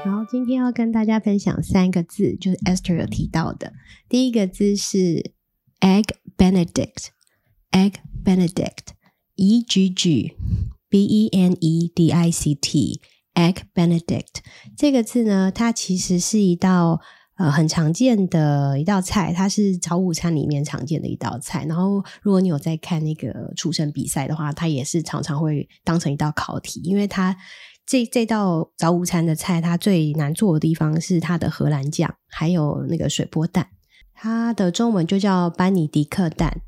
Speaker 2: 然后今天要跟大家分享三个字，就是 Esther 有提到的。第一个字是 egg benedict，egg benedict，e E g g b e n e d i c t，egg benedict 这个字呢，它其实是一道呃很常见的一道菜，它是早午餐里面常见的一道菜。然后如果你有在看那个厨神比赛的话，它也是常常会当成一道考题，因为它这这道早午餐的菜，它最难做的地方是它的荷兰酱，还有那个水波蛋。它的中文就叫班尼迪克蛋。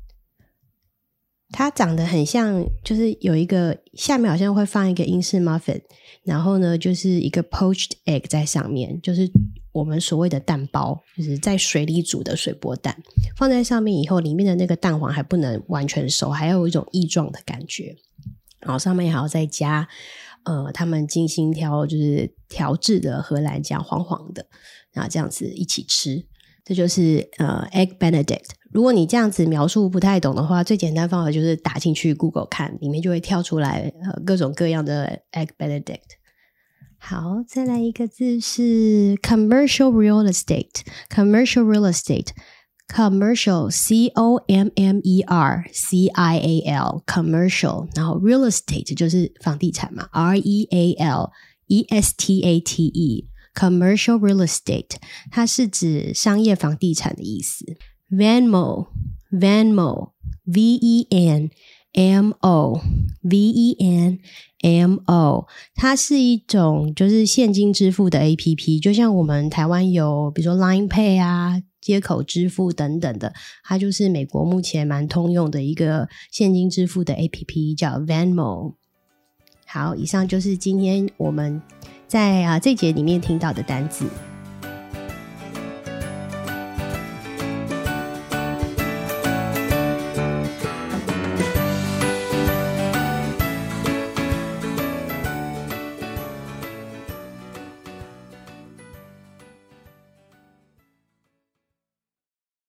Speaker 2: 它长得很像，就是有一个下面好像会放一个英式 muffin，然后呢就是一个 poached egg 在上面，就是我们所谓的蛋包，就是在水里煮的水波蛋，放在上面以后，里面的那个蛋黄还哦不能完全熟，还有一种异状的感觉。然后上面还要再加呃他们精心挑就是调制的荷兰酱，黄黄的，然后这样子一起吃。这就是呃 egg Benedict。如果你这样子描述不太懂的话，最简单方法就是打进去 Google 看，里面就会跳出来、呃、各种各样的 egg Benedict。好，再来一个字是 commercial real estate。commercial real estate。commercial c o m m e r c i a l commercial，然后 real estate 就是房地产嘛，r e a l e s t a t e commercial real estate，它是指商业房地产的意思。Venmo Venmo v e n m o v e n m o，它是一种就是现金支付的 A P P，就像我们台湾有比如说 Line Pay 啊。接口支付等等的，它就是美国目前蛮通用的一个现金支付的 A P P，叫 Venmo。好，以上就是今天我们在啊这节里面听到的单字。